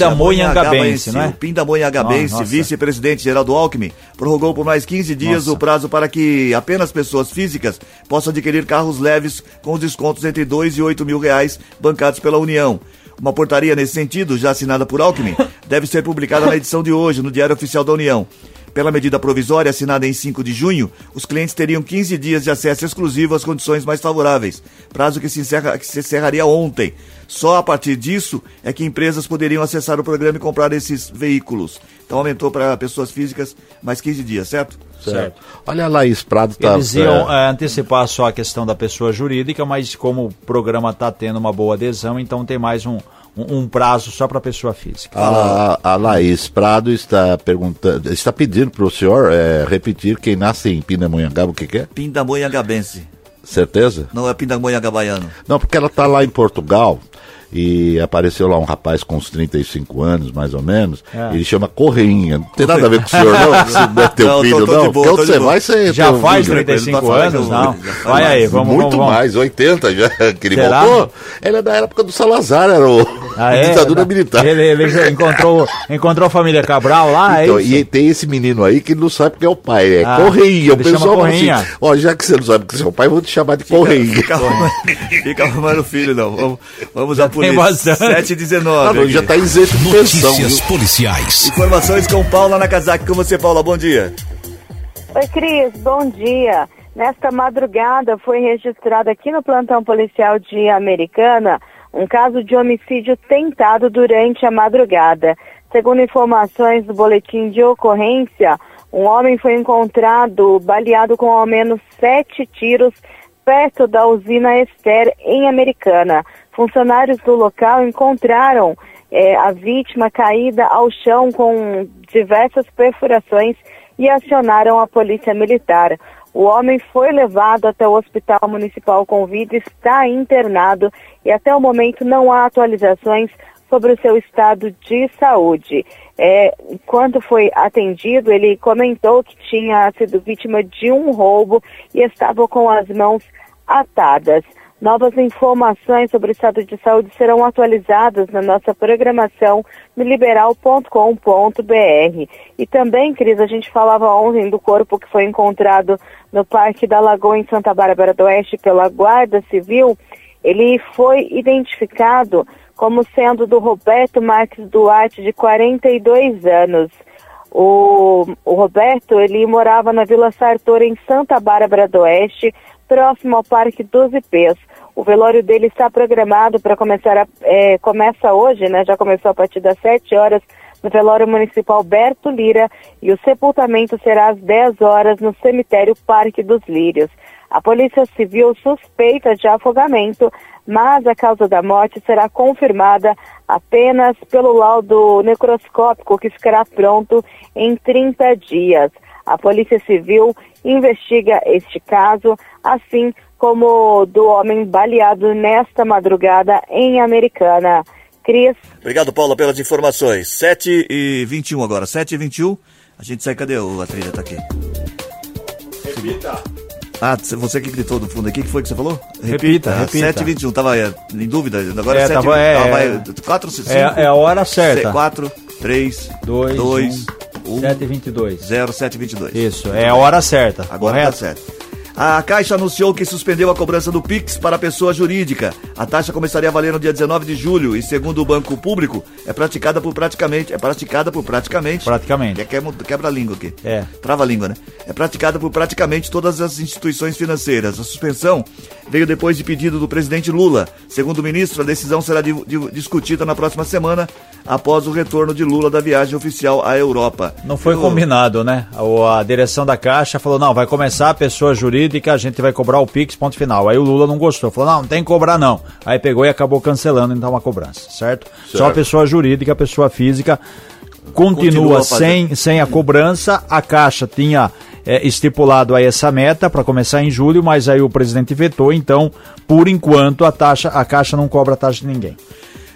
[SPEAKER 3] Não, Pindamonhangabense, não é?
[SPEAKER 1] O Pindamonhangabense,
[SPEAKER 3] Ah, nossa.
[SPEAKER 1] vice-presidente Geraldo Alckmin, prorrogou por mais 15 dias
[SPEAKER 3] Nossa.
[SPEAKER 1] o prazo para que apenas pessoas físicas possam adquirir carros leves com os descontos entre 2 e 8 mil reais bancados pela União. Uma portaria nesse sentido, já assinada por Alckmin, deve ser publicada na edição de hoje no Diário Oficial da União. Pela medida provisória assinada em 5 de junho, os clientes teriam 15 dias de acesso exclusivo às condições mais favoráveis, prazo que se, encerra- que se encerraria ontem. Só a partir disso é que empresas poderiam acessar o programa e comprar esses veículos. Então aumentou para pessoas físicas mais 15 dias, certo?
[SPEAKER 3] Certo.
[SPEAKER 2] Olha a Laís Prado tá.
[SPEAKER 3] Eles iam
[SPEAKER 2] é,
[SPEAKER 3] eh, antecipar só a questão da pessoa jurídica, mas como o programa está tendo uma boa adesão, então tem mais um, um, um prazo só para a pessoa física.
[SPEAKER 1] Ah,
[SPEAKER 2] a, a Laís Prado está perguntando, está pedindo para o senhor é, repetir quem nasce em Pindamonhangaba, o que, que é?
[SPEAKER 1] Pindamonhangabense,
[SPEAKER 2] Certeza?
[SPEAKER 1] não é Pindamonhangabaiano.
[SPEAKER 2] Não, porque ela tá lá em Portugal e apareceu lá um rapaz com uns 35 anos, mais ou menos.
[SPEAKER 3] É.
[SPEAKER 2] Ele chama Correinha. Não tem nada a ver com o senhor, não. Você não é teu
[SPEAKER 1] Não, tô-
[SPEAKER 2] filho,
[SPEAKER 1] tô de boa,
[SPEAKER 2] não. Porque
[SPEAKER 1] tô
[SPEAKER 2] onde
[SPEAKER 1] de
[SPEAKER 2] você
[SPEAKER 1] boa.
[SPEAKER 2] vai, você.
[SPEAKER 3] Já faz
[SPEAKER 1] Ele tá
[SPEAKER 3] 35
[SPEAKER 1] falando
[SPEAKER 3] anos,
[SPEAKER 1] que eu-
[SPEAKER 3] não?
[SPEAKER 1] já faz
[SPEAKER 3] Vai aí,
[SPEAKER 1] mais.
[SPEAKER 3] vamos,
[SPEAKER 2] Muito
[SPEAKER 3] vamos, vamos.
[SPEAKER 2] mais, 80 já que ele
[SPEAKER 3] Será?
[SPEAKER 2] voltou. Ele é da época do Salazar, era o
[SPEAKER 3] Ah, é?
[SPEAKER 2] ditadura militar.
[SPEAKER 3] Ele, ele encontrou, encontrou a família Cabral lá,
[SPEAKER 2] Então,
[SPEAKER 3] é isso?
[SPEAKER 2] e tem esse menino aí que ele não sabe porque é o pai, é
[SPEAKER 3] Ah,
[SPEAKER 2] Correia. O
[SPEAKER 3] ele chama
[SPEAKER 2] pessoal fala
[SPEAKER 3] Correinha.
[SPEAKER 2] assim: ó, já que você não sabe que seu pai, eu vou te chamar de Correia.
[SPEAKER 1] Fica, fica arrumando filho, não. Vamos, vamos à polícia.
[SPEAKER 3] bastante.
[SPEAKER 1] 7 e
[SPEAKER 2] Ah, não,
[SPEAKER 1] 19
[SPEAKER 2] já tá isento de pensão.
[SPEAKER 5] Notícias policiais.
[SPEAKER 1] Informações com Paula Nakazaki. Com você, Paula, bom dia.
[SPEAKER 6] Oi, Cris, bom dia. Nesta madrugada foi registrado aqui no plantão policial de Americana um caso de homicídio tentado durante a madrugada. Segundo informações do boletim de ocorrência, um homem foi encontrado baleado com ao menos sete tiros perto da usina Ester, em Americana. Funcionários do local encontraram eh, a vítima caída ao chão com diversas perfurações e acionaram a polícia militar. O homem foi levado até o hospital municipal com vida, está internado e até o momento não há atualizações sobre o seu estado de saúde. É, quando foi atendido, ele comentou que tinha sido vítima de um roubo e estava com as mãos atadas. Novas informações sobre o estado de saúde serão atualizadas na nossa programação no liberal.com.br. E também, Cris, a gente falava ontem do corpo que foi encontrado no Parque da Lagoa em Santa Bárbara do Oeste pela Guarda Civil. Ele foi identificado como sendo do Roberto Marques Duarte, de 42 anos. O, o Roberto, ele morava na Vila Sartor, em Santa Bárbara do Oeste, próximo ao Parque 12 Pés. O velório dele está programado para começar, a- eh, começa hoje, né? Já começou a partir das 7 horas no velório municipal Berto Lira e o sepultamento será às 10 horas no cemitério Parque dos Lírios. A Polícia Civil suspeita de afogamento, mas a causa da morte será confirmada apenas pelo laudo necroscópico que ficará pronto em 30 dias. A Polícia Civil investiga este caso, assim como o do homem baleado nesta madrugada em Americana. Cris,
[SPEAKER 1] Obrigado, Paula, pelas informações. 7 e 21 agora. 7 e 21. A gente sai. Cadê o- a trilha? Tá aqui. Repita. Ah, tse- você que gritou do fundo aqui, que foi que você falou?
[SPEAKER 3] Repita, repita.
[SPEAKER 1] 7 e 21. Tava é, em dúvida? Agora
[SPEAKER 3] É,
[SPEAKER 1] é 7 eh,
[SPEAKER 3] tava- é, é.
[SPEAKER 1] 4, 5.
[SPEAKER 3] É- é a hora certa.
[SPEAKER 1] 4, 3,
[SPEAKER 3] Dois,
[SPEAKER 1] 2,
[SPEAKER 3] um. 722.
[SPEAKER 1] 0722.
[SPEAKER 3] Isso, é a hora certa.
[SPEAKER 1] Agora
[SPEAKER 3] correto?
[SPEAKER 1] tá certo. A Caixa anunciou que suspendeu a cobrança do Pix para a pessoa jurídica. A taxa começaria a valer no dia 19 de julho e, segundo o Banco Público, é praticada por praticamente. É praticada por praticamente.
[SPEAKER 3] Praticamente.
[SPEAKER 1] Que- que- Quebra-língua aqui.
[SPEAKER 3] É.
[SPEAKER 1] Trava-língua, né? É praticada por praticamente todas as instituições financeiras. A suspensão veio depois de pedido do presidente Lula. Segundo o ministro, a decisão será di- di- discutida na próxima semana, após o retorno de Lula da viagem oficial à Europa.
[SPEAKER 3] Não foi
[SPEAKER 1] Eu-
[SPEAKER 3] combinado, né? O- A direção da Caixa falou: não, vai começar a pessoa jurídica, a gente vai cobrar o Pix, ponto final. Aí o Lula não gostou, falou: não, não tem que cobrar, não. Aí pegou e acabou cancelando então a cobrança, certo? Só a pessoa jurídica, a pessoa física continua,
[SPEAKER 1] Continua fazendo.
[SPEAKER 3] sem, sem a cobrança. A Caixa tinha é, estipulado aí essa meta para começar em julho, mas aí o presidente vetou, então, por enquanto, a, taxa, a Caixa não cobra a taxa de ninguém.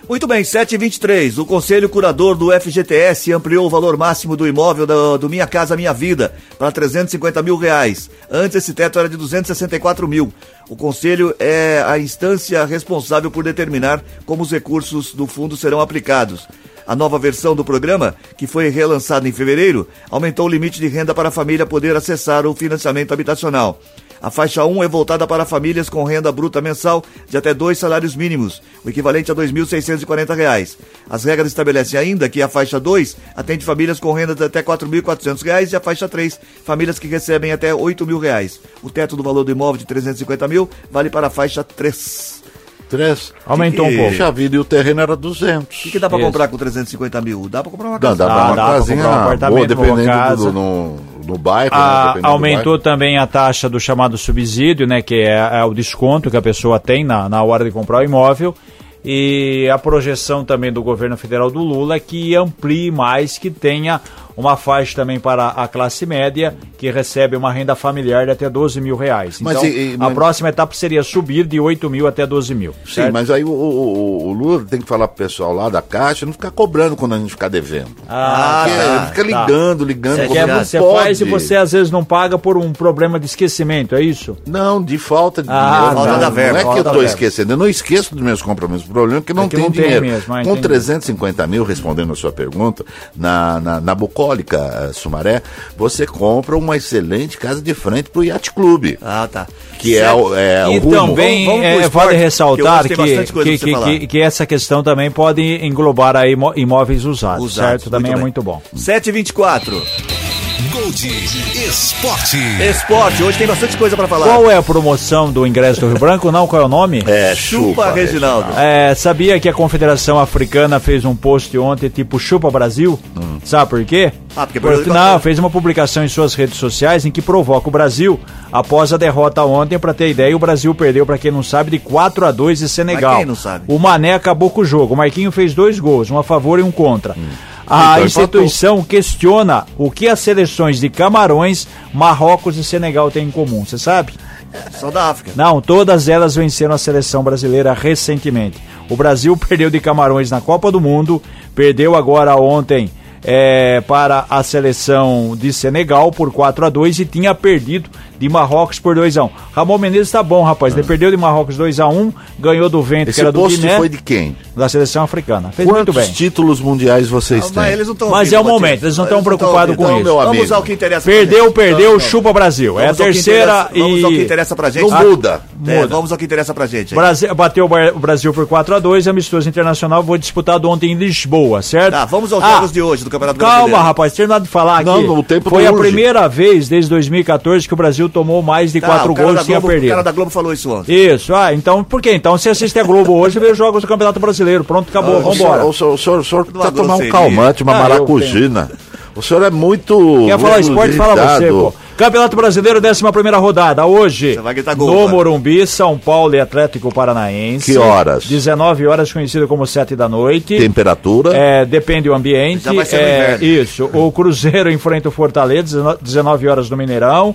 [SPEAKER 1] Muito bem, 723. O Conselho Curador do FGTS ampliou o valor máximo do imóvel do, do Minha Casa Minha Vida para 350 mil reais. Antes esse teto era de 264 mil. O Conselho é a instância responsável por determinar como os recursos do fundo serão aplicados. A nova versão do programa, que foi relançada em fevereiro, aumentou o limite de renda para a família poder acessar o financiamento habitacional. A faixa 1 é voltada para famílias com renda bruta mensal de até dois salários mínimos, o equivalente a R$ 2.640. reais. As regras estabelecem ainda que a faixa 2 atende famílias com renda de até R$ 4.400 reais, e a faixa 3, famílias que recebem até R$ 8.000. reais. O teto do valor do imóvel de R$ 350 mil vale para a faixa 3.
[SPEAKER 2] Três.
[SPEAKER 3] Aumentou um pouco.
[SPEAKER 2] Poxa vida, e o terreno era
[SPEAKER 1] O
[SPEAKER 2] 200.
[SPEAKER 1] que, que dá para
[SPEAKER 3] Isso.
[SPEAKER 1] comprar com 350 mil? Dá para comprar uma
[SPEAKER 2] Dá,
[SPEAKER 1] casa.
[SPEAKER 2] dá, pra
[SPEAKER 3] Dá,
[SPEAKER 2] uma
[SPEAKER 3] dá pra
[SPEAKER 2] casinha
[SPEAKER 3] comprar um
[SPEAKER 2] boa,
[SPEAKER 3] apartamento,
[SPEAKER 2] dependendo
[SPEAKER 3] uma casa.
[SPEAKER 2] do, no, no bairro. né,
[SPEAKER 3] Ah,
[SPEAKER 2] dependendo do
[SPEAKER 3] aumentou
[SPEAKER 2] bairro.
[SPEAKER 3] também a taxa do chamado subsídio, né, que é, é o desconto que a pessoa tem na, na hora de comprar o imóvel. E a projeção também do governo federal do Lula é que amplie mais, que tenha uma faixa também para a classe média, que recebe uma renda familiar de até 12 mil reais.
[SPEAKER 2] Mas
[SPEAKER 3] então,
[SPEAKER 2] e- e-
[SPEAKER 3] a
[SPEAKER 2] mas-
[SPEAKER 3] próxima etapa seria subir de 8 mil até 12 mil.
[SPEAKER 2] Sim,
[SPEAKER 3] certo?
[SPEAKER 2] mas aí o, o- o- o Lula tem que falar pro pessoal lá da Caixa não ficar cobrando quando a gente ficar devendo.
[SPEAKER 3] Ah,
[SPEAKER 2] Porque
[SPEAKER 1] tá,
[SPEAKER 2] ele fica
[SPEAKER 3] tá.
[SPEAKER 2] ligando, ligando.
[SPEAKER 3] Você,
[SPEAKER 2] cobrando.
[SPEAKER 3] quer,
[SPEAKER 2] Não
[SPEAKER 3] você
[SPEAKER 2] pode.
[SPEAKER 3] faz e você às vezes não paga por um problema de esquecimento, é isso?
[SPEAKER 2] Não, de falta de
[SPEAKER 3] Ah,
[SPEAKER 2] dinheiro.
[SPEAKER 1] falta
[SPEAKER 2] não,
[SPEAKER 1] da verba,
[SPEAKER 2] Não é que
[SPEAKER 3] falta
[SPEAKER 2] eu
[SPEAKER 3] da
[SPEAKER 2] estou
[SPEAKER 3] verba.
[SPEAKER 2] esquecendo, eu não esqueço dos meus compromissos. O problema é que não
[SPEAKER 3] É que
[SPEAKER 2] tem
[SPEAKER 3] não tem
[SPEAKER 2] dinheiro.
[SPEAKER 3] mesmo, ah,
[SPEAKER 2] Com
[SPEAKER 3] entendi.
[SPEAKER 2] 350 mil, respondendo a sua pergunta, na, na, na Bucólica eh, Sumaré, você compra uma excelente casa de frente para o Yacht Clube.
[SPEAKER 1] Ah, tá.
[SPEAKER 2] Que é o, é o
[SPEAKER 3] e
[SPEAKER 2] rumo.
[SPEAKER 3] também
[SPEAKER 1] Vamos- vamos
[SPEAKER 3] é,
[SPEAKER 1] pro esporte,
[SPEAKER 3] vale
[SPEAKER 1] que eu
[SPEAKER 3] ressaltar
[SPEAKER 1] acho
[SPEAKER 3] que,
[SPEAKER 1] que tem bastante coisa
[SPEAKER 3] que,
[SPEAKER 1] pra você
[SPEAKER 3] que-
[SPEAKER 1] falar.
[SPEAKER 3] que essa questão também pode englobar aí imó- imóveis usados,
[SPEAKER 1] Usados,
[SPEAKER 3] certo? Também é
[SPEAKER 1] bem.
[SPEAKER 3] muito bom.
[SPEAKER 1] 724.
[SPEAKER 5] Gold Esporte.
[SPEAKER 1] Esporte. Hoje tem bastante coisa para falar.
[SPEAKER 3] Qual é a promoção do ingresso do Rio Branco? Não, qual é o nome?
[SPEAKER 2] É,
[SPEAKER 1] Chupa, Reginaldo.
[SPEAKER 3] É, sabia que a Confederação Africana fez um post ontem tipo chupa Brasil? Sabe por quê?
[SPEAKER 1] Hum. Ah, porque o
[SPEAKER 3] Por,
[SPEAKER 1] Brasil
[SPEAKER 3] não,
[SPEAKER 1] passou.
[SPEAKER 3] fez uma publicação em suas redes sociais em que provoca o Brasil após a derrota ontem, pra ter ideia, o Brasil perdeu, pra quem não sabe, de 4 a 2 de Senegal.
[SPEAKER 1] Mas quem não sabe?
[SPEAKER 3] O Mané acabou com o jogo. O Marquinho fez dois gols, um a favor e um contra.
[SPEAKER 1] Hum.
[SPEAKER 3] A
[SPEAKER 2] Então,
[SPEAKER 3] instituição questiona o que as seleções de Camarões, Marrocos e Senegal têm em comum, você sabe?
[SPEAKER 1] Só da África.
[SPEAKER 3] Não, todas elas venceram a seleção brasileira recentemente. O Brasil perdeu de Camarões na Copa do Mundo, perdeu agora ontem eh, para a seleção de Senegal por 4 a 2 e tinha perdido de Marrocos por 2 a 1 Ramon Menezes tá bom, rapaz. Ele perdeu de Marrocos 2 a 1 ganhou do vento,
[SPEAKER 2] Ah.
[SPEAKER 3] que
[SPEAKER 2] Esse
[SPEAKER 3] era do
[SPEAKER 2] posto
[SPEAKER 3] Guiné,
[SPEAKER 2] foi de quem?
[SPEAKER 3] da seleção africana. Fez muito
[SPEAKER 2] Quantos
[SPEAKER 3] bem.
[SPEAKER 2] títulos mundiais vocês têm?
[SPEAKER 1] não tão
[SPEAKER 3] Mas
[SPEAKER 1] ouvindo,
[SPEAKER 3] é o
[SPEAKER 1] Matheus.
[SPEAKER 3] momento, eles não tão
[SPEAKER 1] tão ouvindo.
[SPEAKER 3] preocupados com
[SPEAKER 1] Então,
[SPEAKER 3] isso.
[SPEAKER 1] meu
[SPEAKER 2] Vamos
[SPEAKER 1] amigo,
[SPEAKER 2] ao
[SPEAKER 1] que interessa.
[SPEAKER 3] Perdeu, perdeu, chupa Brasil. É a
[SPEAKER 1] Vamos ao que
[SPEAKER 3] terceira
[SPEAKER 1] interessa-
[SPEAKER 3] e...
[SPEAKER 1] Vamos ao que interessa pra gente.
[SPEAKER 2] Não muda.
[SPEAKER 1] É,
[SPEAKER 3] Muda.
[SPEAKER 1] vamos ao que interessa pra gente. aí.
[SPEAKER 3] Brasil, bateu o Bar- o Brasil por 4 a 2 amistoso internacional foi disputado ontem em Lisboa, certo?
[SPEAKER 1] Tá, vamos aos
[SPEAKER 3] Ah,
[SPEAKER 1] jogos de hoje do Campeonato
[SPEAKER 3] Calma,
[SPEAKER 1] Brasileiro.
[SPEAKER 3] rapaz, terminar de falar aqui.
[SPEAKER 2] Não, não, o tempo
[SPEAKER 3] foi
[SPEAKER 2] não
[SPEAKER 3] a
[SPEAKER 2] urge.
[SPEAKER 3] primeira vez desde 2014 que o Brasil tomou mais de
[SPEAKER 1] Tá,
[SPEAKER 3] 4
[SPEAKER 1] o cara
[SPEAKER 3] gols
[SPEAKER 1] da
[SPEAKER 3] e tinha
[SPEAKER 1] Globo- O cara
[SPEAKER 3] perdido.
[SPEAKER 1] da Globo falou isso ontem.
[SPEAKER 3] Isso, ah, então por quê? Então se assiste a Globo hoje, vê os jogos do Campeonato Brasileiro. Pronto,
[SPEAKER 1] Ah,
[SPEAKER 3] acabou,
[SPEAKER 2] O senhor,
[SPEAKER 3] vambora.
[SPEAKER 2] o senhor, o senhor, o senhor precisa
[SPEAKER 1] Uma
[SPEAKER 2] tomar um
[SPEAKER 1] grosseria.
[SPEAKER 2] calmante, uma
[SPEAKER 3] Ah, eu
[SPEAKER 2] maracujina. O senhor é muito.
[SPEAKER 3] Quer falar esporte? Fala você,
[SPEAKER 2] limitado.
[SPEAKER 3] pô. Campeonato Brasileiro, 11 primeira rodada. Hoje,
[SPEAKER 1] Você vai gritar gol,
[SPEAKER 3] no
[SPEAKER 1] agora.
[SPEAKER 3] Morumbi, São Paulo e Atlético Paranaense.
[SPEAKER 2] Que horas?
[SPEAKER 3] 19 horas, conhecido como 7 da noite.
[SPEAKER 2] Temperatura.
[SPEAKER 3] É, depende do ambiente.
[SPEAKER 1] Já vai ser no
[SPEAKER 3] é,
[SPEAKER 1] inverno.
[SPEAKER 3] Isso. O Cruzeiro enfrenta o Fortaleza, 19 19 horas no Mineirão.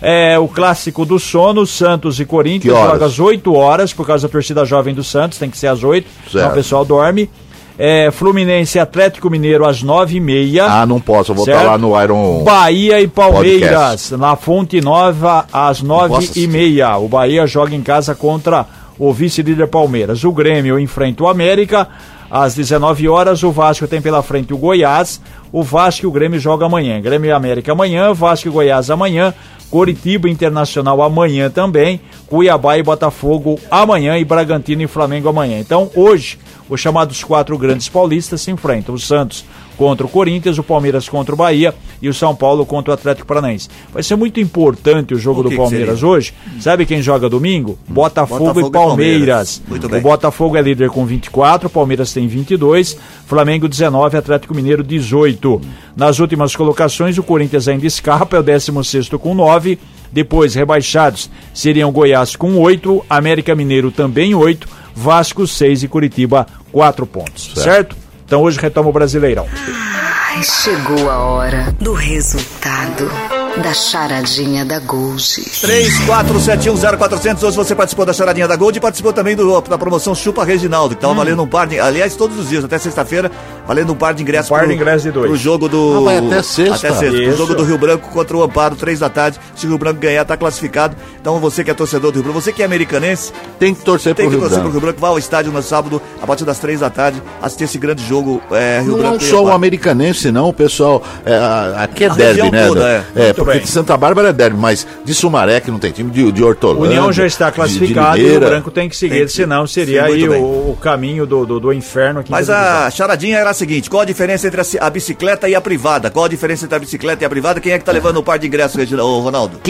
[SPEAKER 3] É, o clássico do sono, Santos e
[SPEAKER 2] Ah.
[SPEAKER 3] Corinthians,
[SPEAKER 2] Que horas?
[SPEAKER 3] joga às 8 horas, por causa da torcida jovem do Santos, tem que ser às 8, senão o
[SPEAKER 2] Certo.
[SPEAKER 3] pessoal dorme. É, Fluminense e Atlético Mineiro às 9 e meia.
[SPEAKER 2] Ah, não posso. Eu vou estar
[SPEAKER 3] Certo.
[SPEAKER 2] lá no Iron.
[SPEAKER 3] Bahia e Palmeiras
[SPEAKER 2] Podcast.
[SPEAKER 3] na Fonte Nova às nove
[SPEAKER 2] Nossa
[SPEAKER 3] e meia. O Bahia joga em casa contra o vice-líder Palmeiras. O Grêmio enfrenta o América Às 19 horas, o Vasco tem pela frente o Goiás. O Vasco e o Grêmio jogam amanhã. Grêmio e América amanhã, Vasco e Goiás amanhã, Coritiba Internacional amanhã também, Cuiabá e Botafogo amanhã e Bragantino e Flamengo amanhã. Então, hoje, os chamados quatro grandes paulistas se enfrentam. O Santos contra o Corinthians, o Palmeiras contra o Bahia e o São Paulo contra o Atlético Paranaense. Vai ser muito importante o jogo
[SPEAKER 1] O
[SPEAKER 3] do
[SPEAKER 1] que que
[SPEAKER 3] Palmeiras
[SPEAKER 1] seria?
[SPEAKER 3] hoje. Sabe quem joga domingo? Botafogo,
[SPEAKER 1] Botafogo
[SPEAKER 3] e
[SPEAKER 1] e Palmeiras.
[SPEAKER 3] Palmeiras.
[SPEAKER 1] Muito bem.
[SPEAKER 3] O Botafogo é líder com 24, Palmeiras tem 22, Flamengo 19, Atlético Mineiro 18. Nas últimas colocações, o Corinthians ainda escapa, é o 16 com 9. Depois, rebaixados seriam Goiás com 8, América Mineiro também 8, Vasco 6 e Curitiba 4 pontos. Certo? Então hoje retoma o Brasileirão.
[SPEAKER 1] Ah.
[SPEAKER 4] Ai, chegou a hora do resultado da charadinha da Gold.
[SPEAKER 1] 34710400. Hoje você participou da Charadinha da Gold e participou também do- da promoção Chupa Reginaldo, que
[SPEAKER 3] Hum.
[SPEAKER 1] tava valendo um par de. Aliás, todos os dias, até sexta-feira, valendo um par de ingressos
[SPEAKER 3] Um par de ingressos de dois.
[SPEAKER 1] pro jogo do.
[SPEAKER 2] Ah, vai até sexta.
[SPEAKER 1] Até sexta. Pro
[SPEAKER 3] Isso.
[SPEAKER 1] jogo do Rio Branco contra o Amparo, três da tarde. Se o Rio Branco ganhar, tá classificado. Então você que é torcedor do Rio Branco, você que é americanense,
[SPEAKER 2] Tem que torcer
[SPEAKER 1] tem
[SPEAKER 2] pro
[SPEAKER 1] que
[SPEAKER 2] Rio
[SPEAKER 1] torcer pro
[SPEAKER 2] Branco.
[SPEAKER 1] Rio Branco, vá ao estádio no sábado, a partir das três da tarde, assistir esse grande jogo é, Rio Branco.
[SPEAKER 2] Não um
[SPEAKER 1] e
[SPEAKER 2] só o
[SPEAKER 1] Amparo.
[SPEAKER 2] americanense, não, o pessoal. é, a- aqui é
[SPEAKER 1] A
[SPEAKER 2] derby,
[SPEAKER 1] região
[SPEAKER 2] né?
[SPEAKER 1] toda, é.
[SPEAKER 2] é, porque de Santa Bárbara é derby, mas de Sumaré, que não tem time, de, de Hortolândia.
[SPEAKER 3] União já está
[SPEAKER 2] de- de
[SPEAKER 3] classificado e o
[SPEAKER 2] Limeira.
[SPEAKER 3] Branco tem que seguir,
[SPEAKER 1] Tem que-
[SPEAKER 3] senão seria
[SPEAKER 1] sim, muito
[SPEAKER 3] aí o,
[SPEAKER 1] bem.
[SPEAKER 3] o caminho do, do, do inferno aqui em
[SPEAKER 1] Mas
[SPEAKER 3] Santa Cruz.
[SPEAKER 1] a charadinha era a seguinte: qual a diferença entre a, ci- a bicicleta e a privada? Qual a diferença entre a bicicleta e a privada? Quem é que tá levando o par de ingressos, Regina- ô, Ronaldo?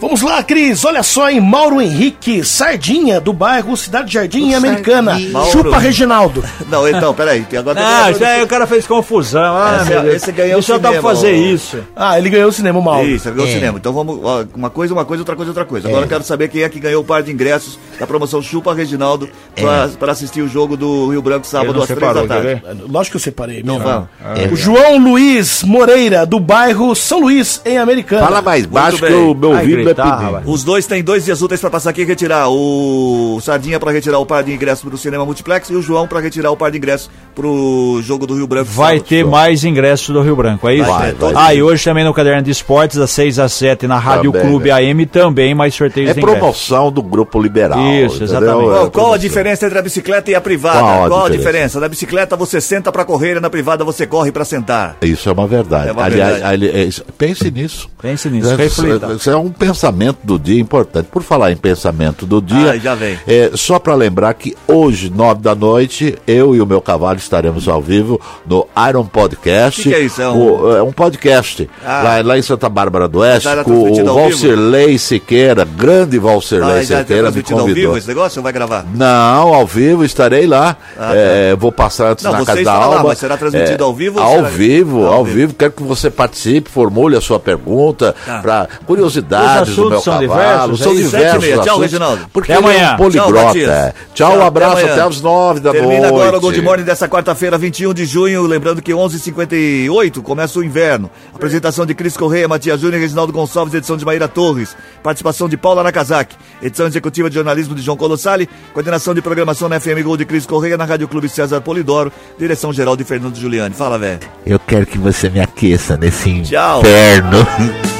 [SPEAKER 8] Vamos lá, Cris. Olha só, hein? Mauro Henrique Sardinha, do bairro Cidade Jardim, em Americana.
[SPEAKER 1] Mauro.
[SPEAKER 8] Chupa, Reginaldo.
[SPEAKER 1] Não, então, peraí. tem- Agora tem
[SPEAKER 3] Ah,
[SPEAKER 1] ganhador
[SPEAKER 3] já,
[SPEAKER 1] do-
[SPEAKER 3] o cara fez confusão. Ah,
[SPEAKER 1] Essa-
[SPEAKER 3] meu Deus.
[SPEAKER 1] esse ganhou
[SPEAKER 3] Isso
[SPEAKER 1] o
[SPEAKER 3] só dá pra
[SPEAKER 1] cinema,
[SPEAKER 3] um fazer
[SPEAKER 1] ó.
[SPEAKER 3] isso.
[SPEAKER 8] Ah, ele ganhou o cinema, o Mauro.
[SPEAKER 1] Isso,
[SPEAKER 3] É.
[SPEAKER 1] ganhou o cinema. Então vamos. ó, Uma coisa, uma coisa, outra coisa, outra coisa. Agora eu quero saber quem é que ganhou o par de ingressos da promoção Chupa Reginaldo pra, pra assistir o jogo do Rio Branco
[SPEAKER 3] Ele
[SPEAKER 1] sábado
[SPEAKER 3] É. não
[SPEAKER 1] às três da
[SPEAKER 3] separou, quer
[SPEAKER 1] tarde.
[SPEAKER 3] ver? Ah.
[SPEAKER 8] Lógico que eu separei. Não
[SPEAKER 1] vá.
[SPEAKER 8] O João Luiz Moreira, do bairro São Luís, em
[SPEAKER 5] tá-
[SPEAKER 8] Americana.
[SPEAKER 2] Fala mais baixo que
[SPEAKER 1] bem.
[SPEAKER 2] o meu
[SPEAKER 3] Vai
[SPEAKER 2] ouvido é
[SPEAKER 3] gritar,
[SPEAKER 2] pedir.
[SPEAKER 3] rapaz.
[SPEAKER 1] Os dois têm dois dias úteis pra passar aqui e retirar. O Sardinha pra retirar o par de ingressos pro cinema multiplex e o João pra retirar o par de ingressos pro jogo do Rio Branco.
[SPEAKER 3] Vai
[SPEAKER 1] sábado.
[SPEAKER 3] ter mais ingressos do Rio Branco, é isso?
[SPEAKER 1] Tá Vai, vai
[SPEAKER 3] ah,
[SPEAKER 1] ter.
[SPEAKER 3] e hoje também no Caderno de Esportes, das 6 às 7 na Rádio
[SPEAKER 2] Também,
[SPEAKER 3] Clube
[SPEAKER 2] né?
[SPEAKER 3] AM, também mais sorteios
[SPEAKER 2] É
[SPEAKER 3] de ingressos.
[SPEAKER 2] promoção do grupo liberal.
[SPEAKER 3] Isso,
[SPEAKER 2] entendeu?
[SPEAKER 3] exatamente.
[SPEAKER 2] É
[SPEAKER 1] Qual,
[SPEAKER 2] promoção.
[SPEAKER 1] qual a diferença entre a bicicleta e a privada?
[SPEAKER 2] Qual
[SPEAKER 1] Qual,
[SPEAKER 2] a
[SPEAKER 1] a
[SPEAKER 2] diferença?
[SPEAKER 1] diferença? Na bicicleta você senta pra correr e na privada você corre pra sentar.
[SPEAKER 2] Isso é uma verdade.
[SPEAKER 1] É uma
[SPEAKER 2] Aliás,
[SPEAKER 1] verdade.
[SPEAKER 2] ali- é isso. pense nisso.
[SPEAKER 3] Pense nisso,
[SPEAKER 2] Isso-
[SPEAKER 3] reflita.
[SPEAKER 2] Isso é um pensamento do dia importante. Por falar em pensamento do dia,
[SPEAKER 1] Ah, já vem.
[SPEAKER 2] é, só para lembrar que hoje, nove da noite, eu e o meu cavalo estaremos ao vivo no Iron Podcast.
[SPEAKER 1] O que que é isso? É um-
[SPEAKER 2] O- é um podcast
[SPEAKER 1] Ah.
[SPEAKER 2] lá, lá em Santa Bárbara do Oeste,
[SPEAKER 1] Já era
[SPEAKER 2] com o
[SPEAKER 1] transmitido ao vivo?
[SPEAKER 2] Valcerlei Siqueira, grande
[SPEAKER 1] Ah,
[SPEAKER 2] Valcerlei
[SPEAKER 1] já tem
[SPEAKER 2] Siqueira, me
[SPEAKER 1] transmitido ao
[SPEAKER 2] convidou.
[SPEAKER 1] vivo esse negócio ou vai gravar?
[SPEAKER 2] Não, ao vivo estarei lá. É, Vou passar antes
[SPEAKER 1] Ah, tá. Não,
[SPEAKER 2] na
[SPEAKER 1] você
[SPEAKER 2] casa da
[SPEAKER 1] estará lá,
[SPEAKER 2] Alba. É,
[SPEAKER 1] mas será transmitido ao vivo ou
[SPEAKER 2] Ao
[SPEAKER 1] será-
[SPEAKER 2] vivo,
[SPEAKER 1] Ao
[SPEAKER 2] ao
[SPEAKER 1] vivo.
[SPEAKER 2] vivo. Quero que você participe, formule a sua pergunta, para curiosidades
[SPEAKER 3] Os
[SPEAKER 2] do meu
[SPEAKER 3] assuntos são
[SPEAKER 2] cavalo.
[SPEAKER 3] diversos,
[SPEAKER 2] são
[SPEAKER 3] é
[SPEAKER 1] isso? Tá.
[SPEAKER 2] diversos.
[SPEAKER 1] Sete e meia. Tchau,
[SPEAKER 2] assuntos,
[SPEAKER 1] Reginaldo.
[SPEAKER 2] Porque
[SPEAKER 3] Até
[SPEAKER 2] ele é
[SPEAKER 3] amanhã.
[SPEAKER 2] um
[SPEAKER 1] Tchau,
[SPEAKER 2] poligrota.
[SPEAKER 1] Matias.
[SPEAKER 2] é. Tchau,
[SPEAKER 1] Tchau,
[SPEAKER 2] um
[SPEAKER 1] até
[SPEAKER 2] abraço
[SPEAKER 1] amanhã.
[SPEAKER 2] até as nove da
[SPEAKER 1] Termina
[SPEAKER 2] noite.
[SPEAKER 1] agora o Gold Morning dessa quarta-feira, 21 de junho. Lembrando que 11 h 58 começa o inverno. Apresentação de Cris Correia, Matias Júnior, Reginaldo Gonçalves, edição de Maíra Torres. Participação de Paula Nakazaki. Edição executiva de jornalismo de João Colossali. Coordenação de programação na FM Gold de Cris Correia, na Rádio Clube César Polidoro. Direção geral de Fernando Giuliani. Fala, velho.
[SPEAKER 9] Eu quero que você me aqueça nesse
[SPEAKER 1] Tchau.
[SPEAKER 9] inferno.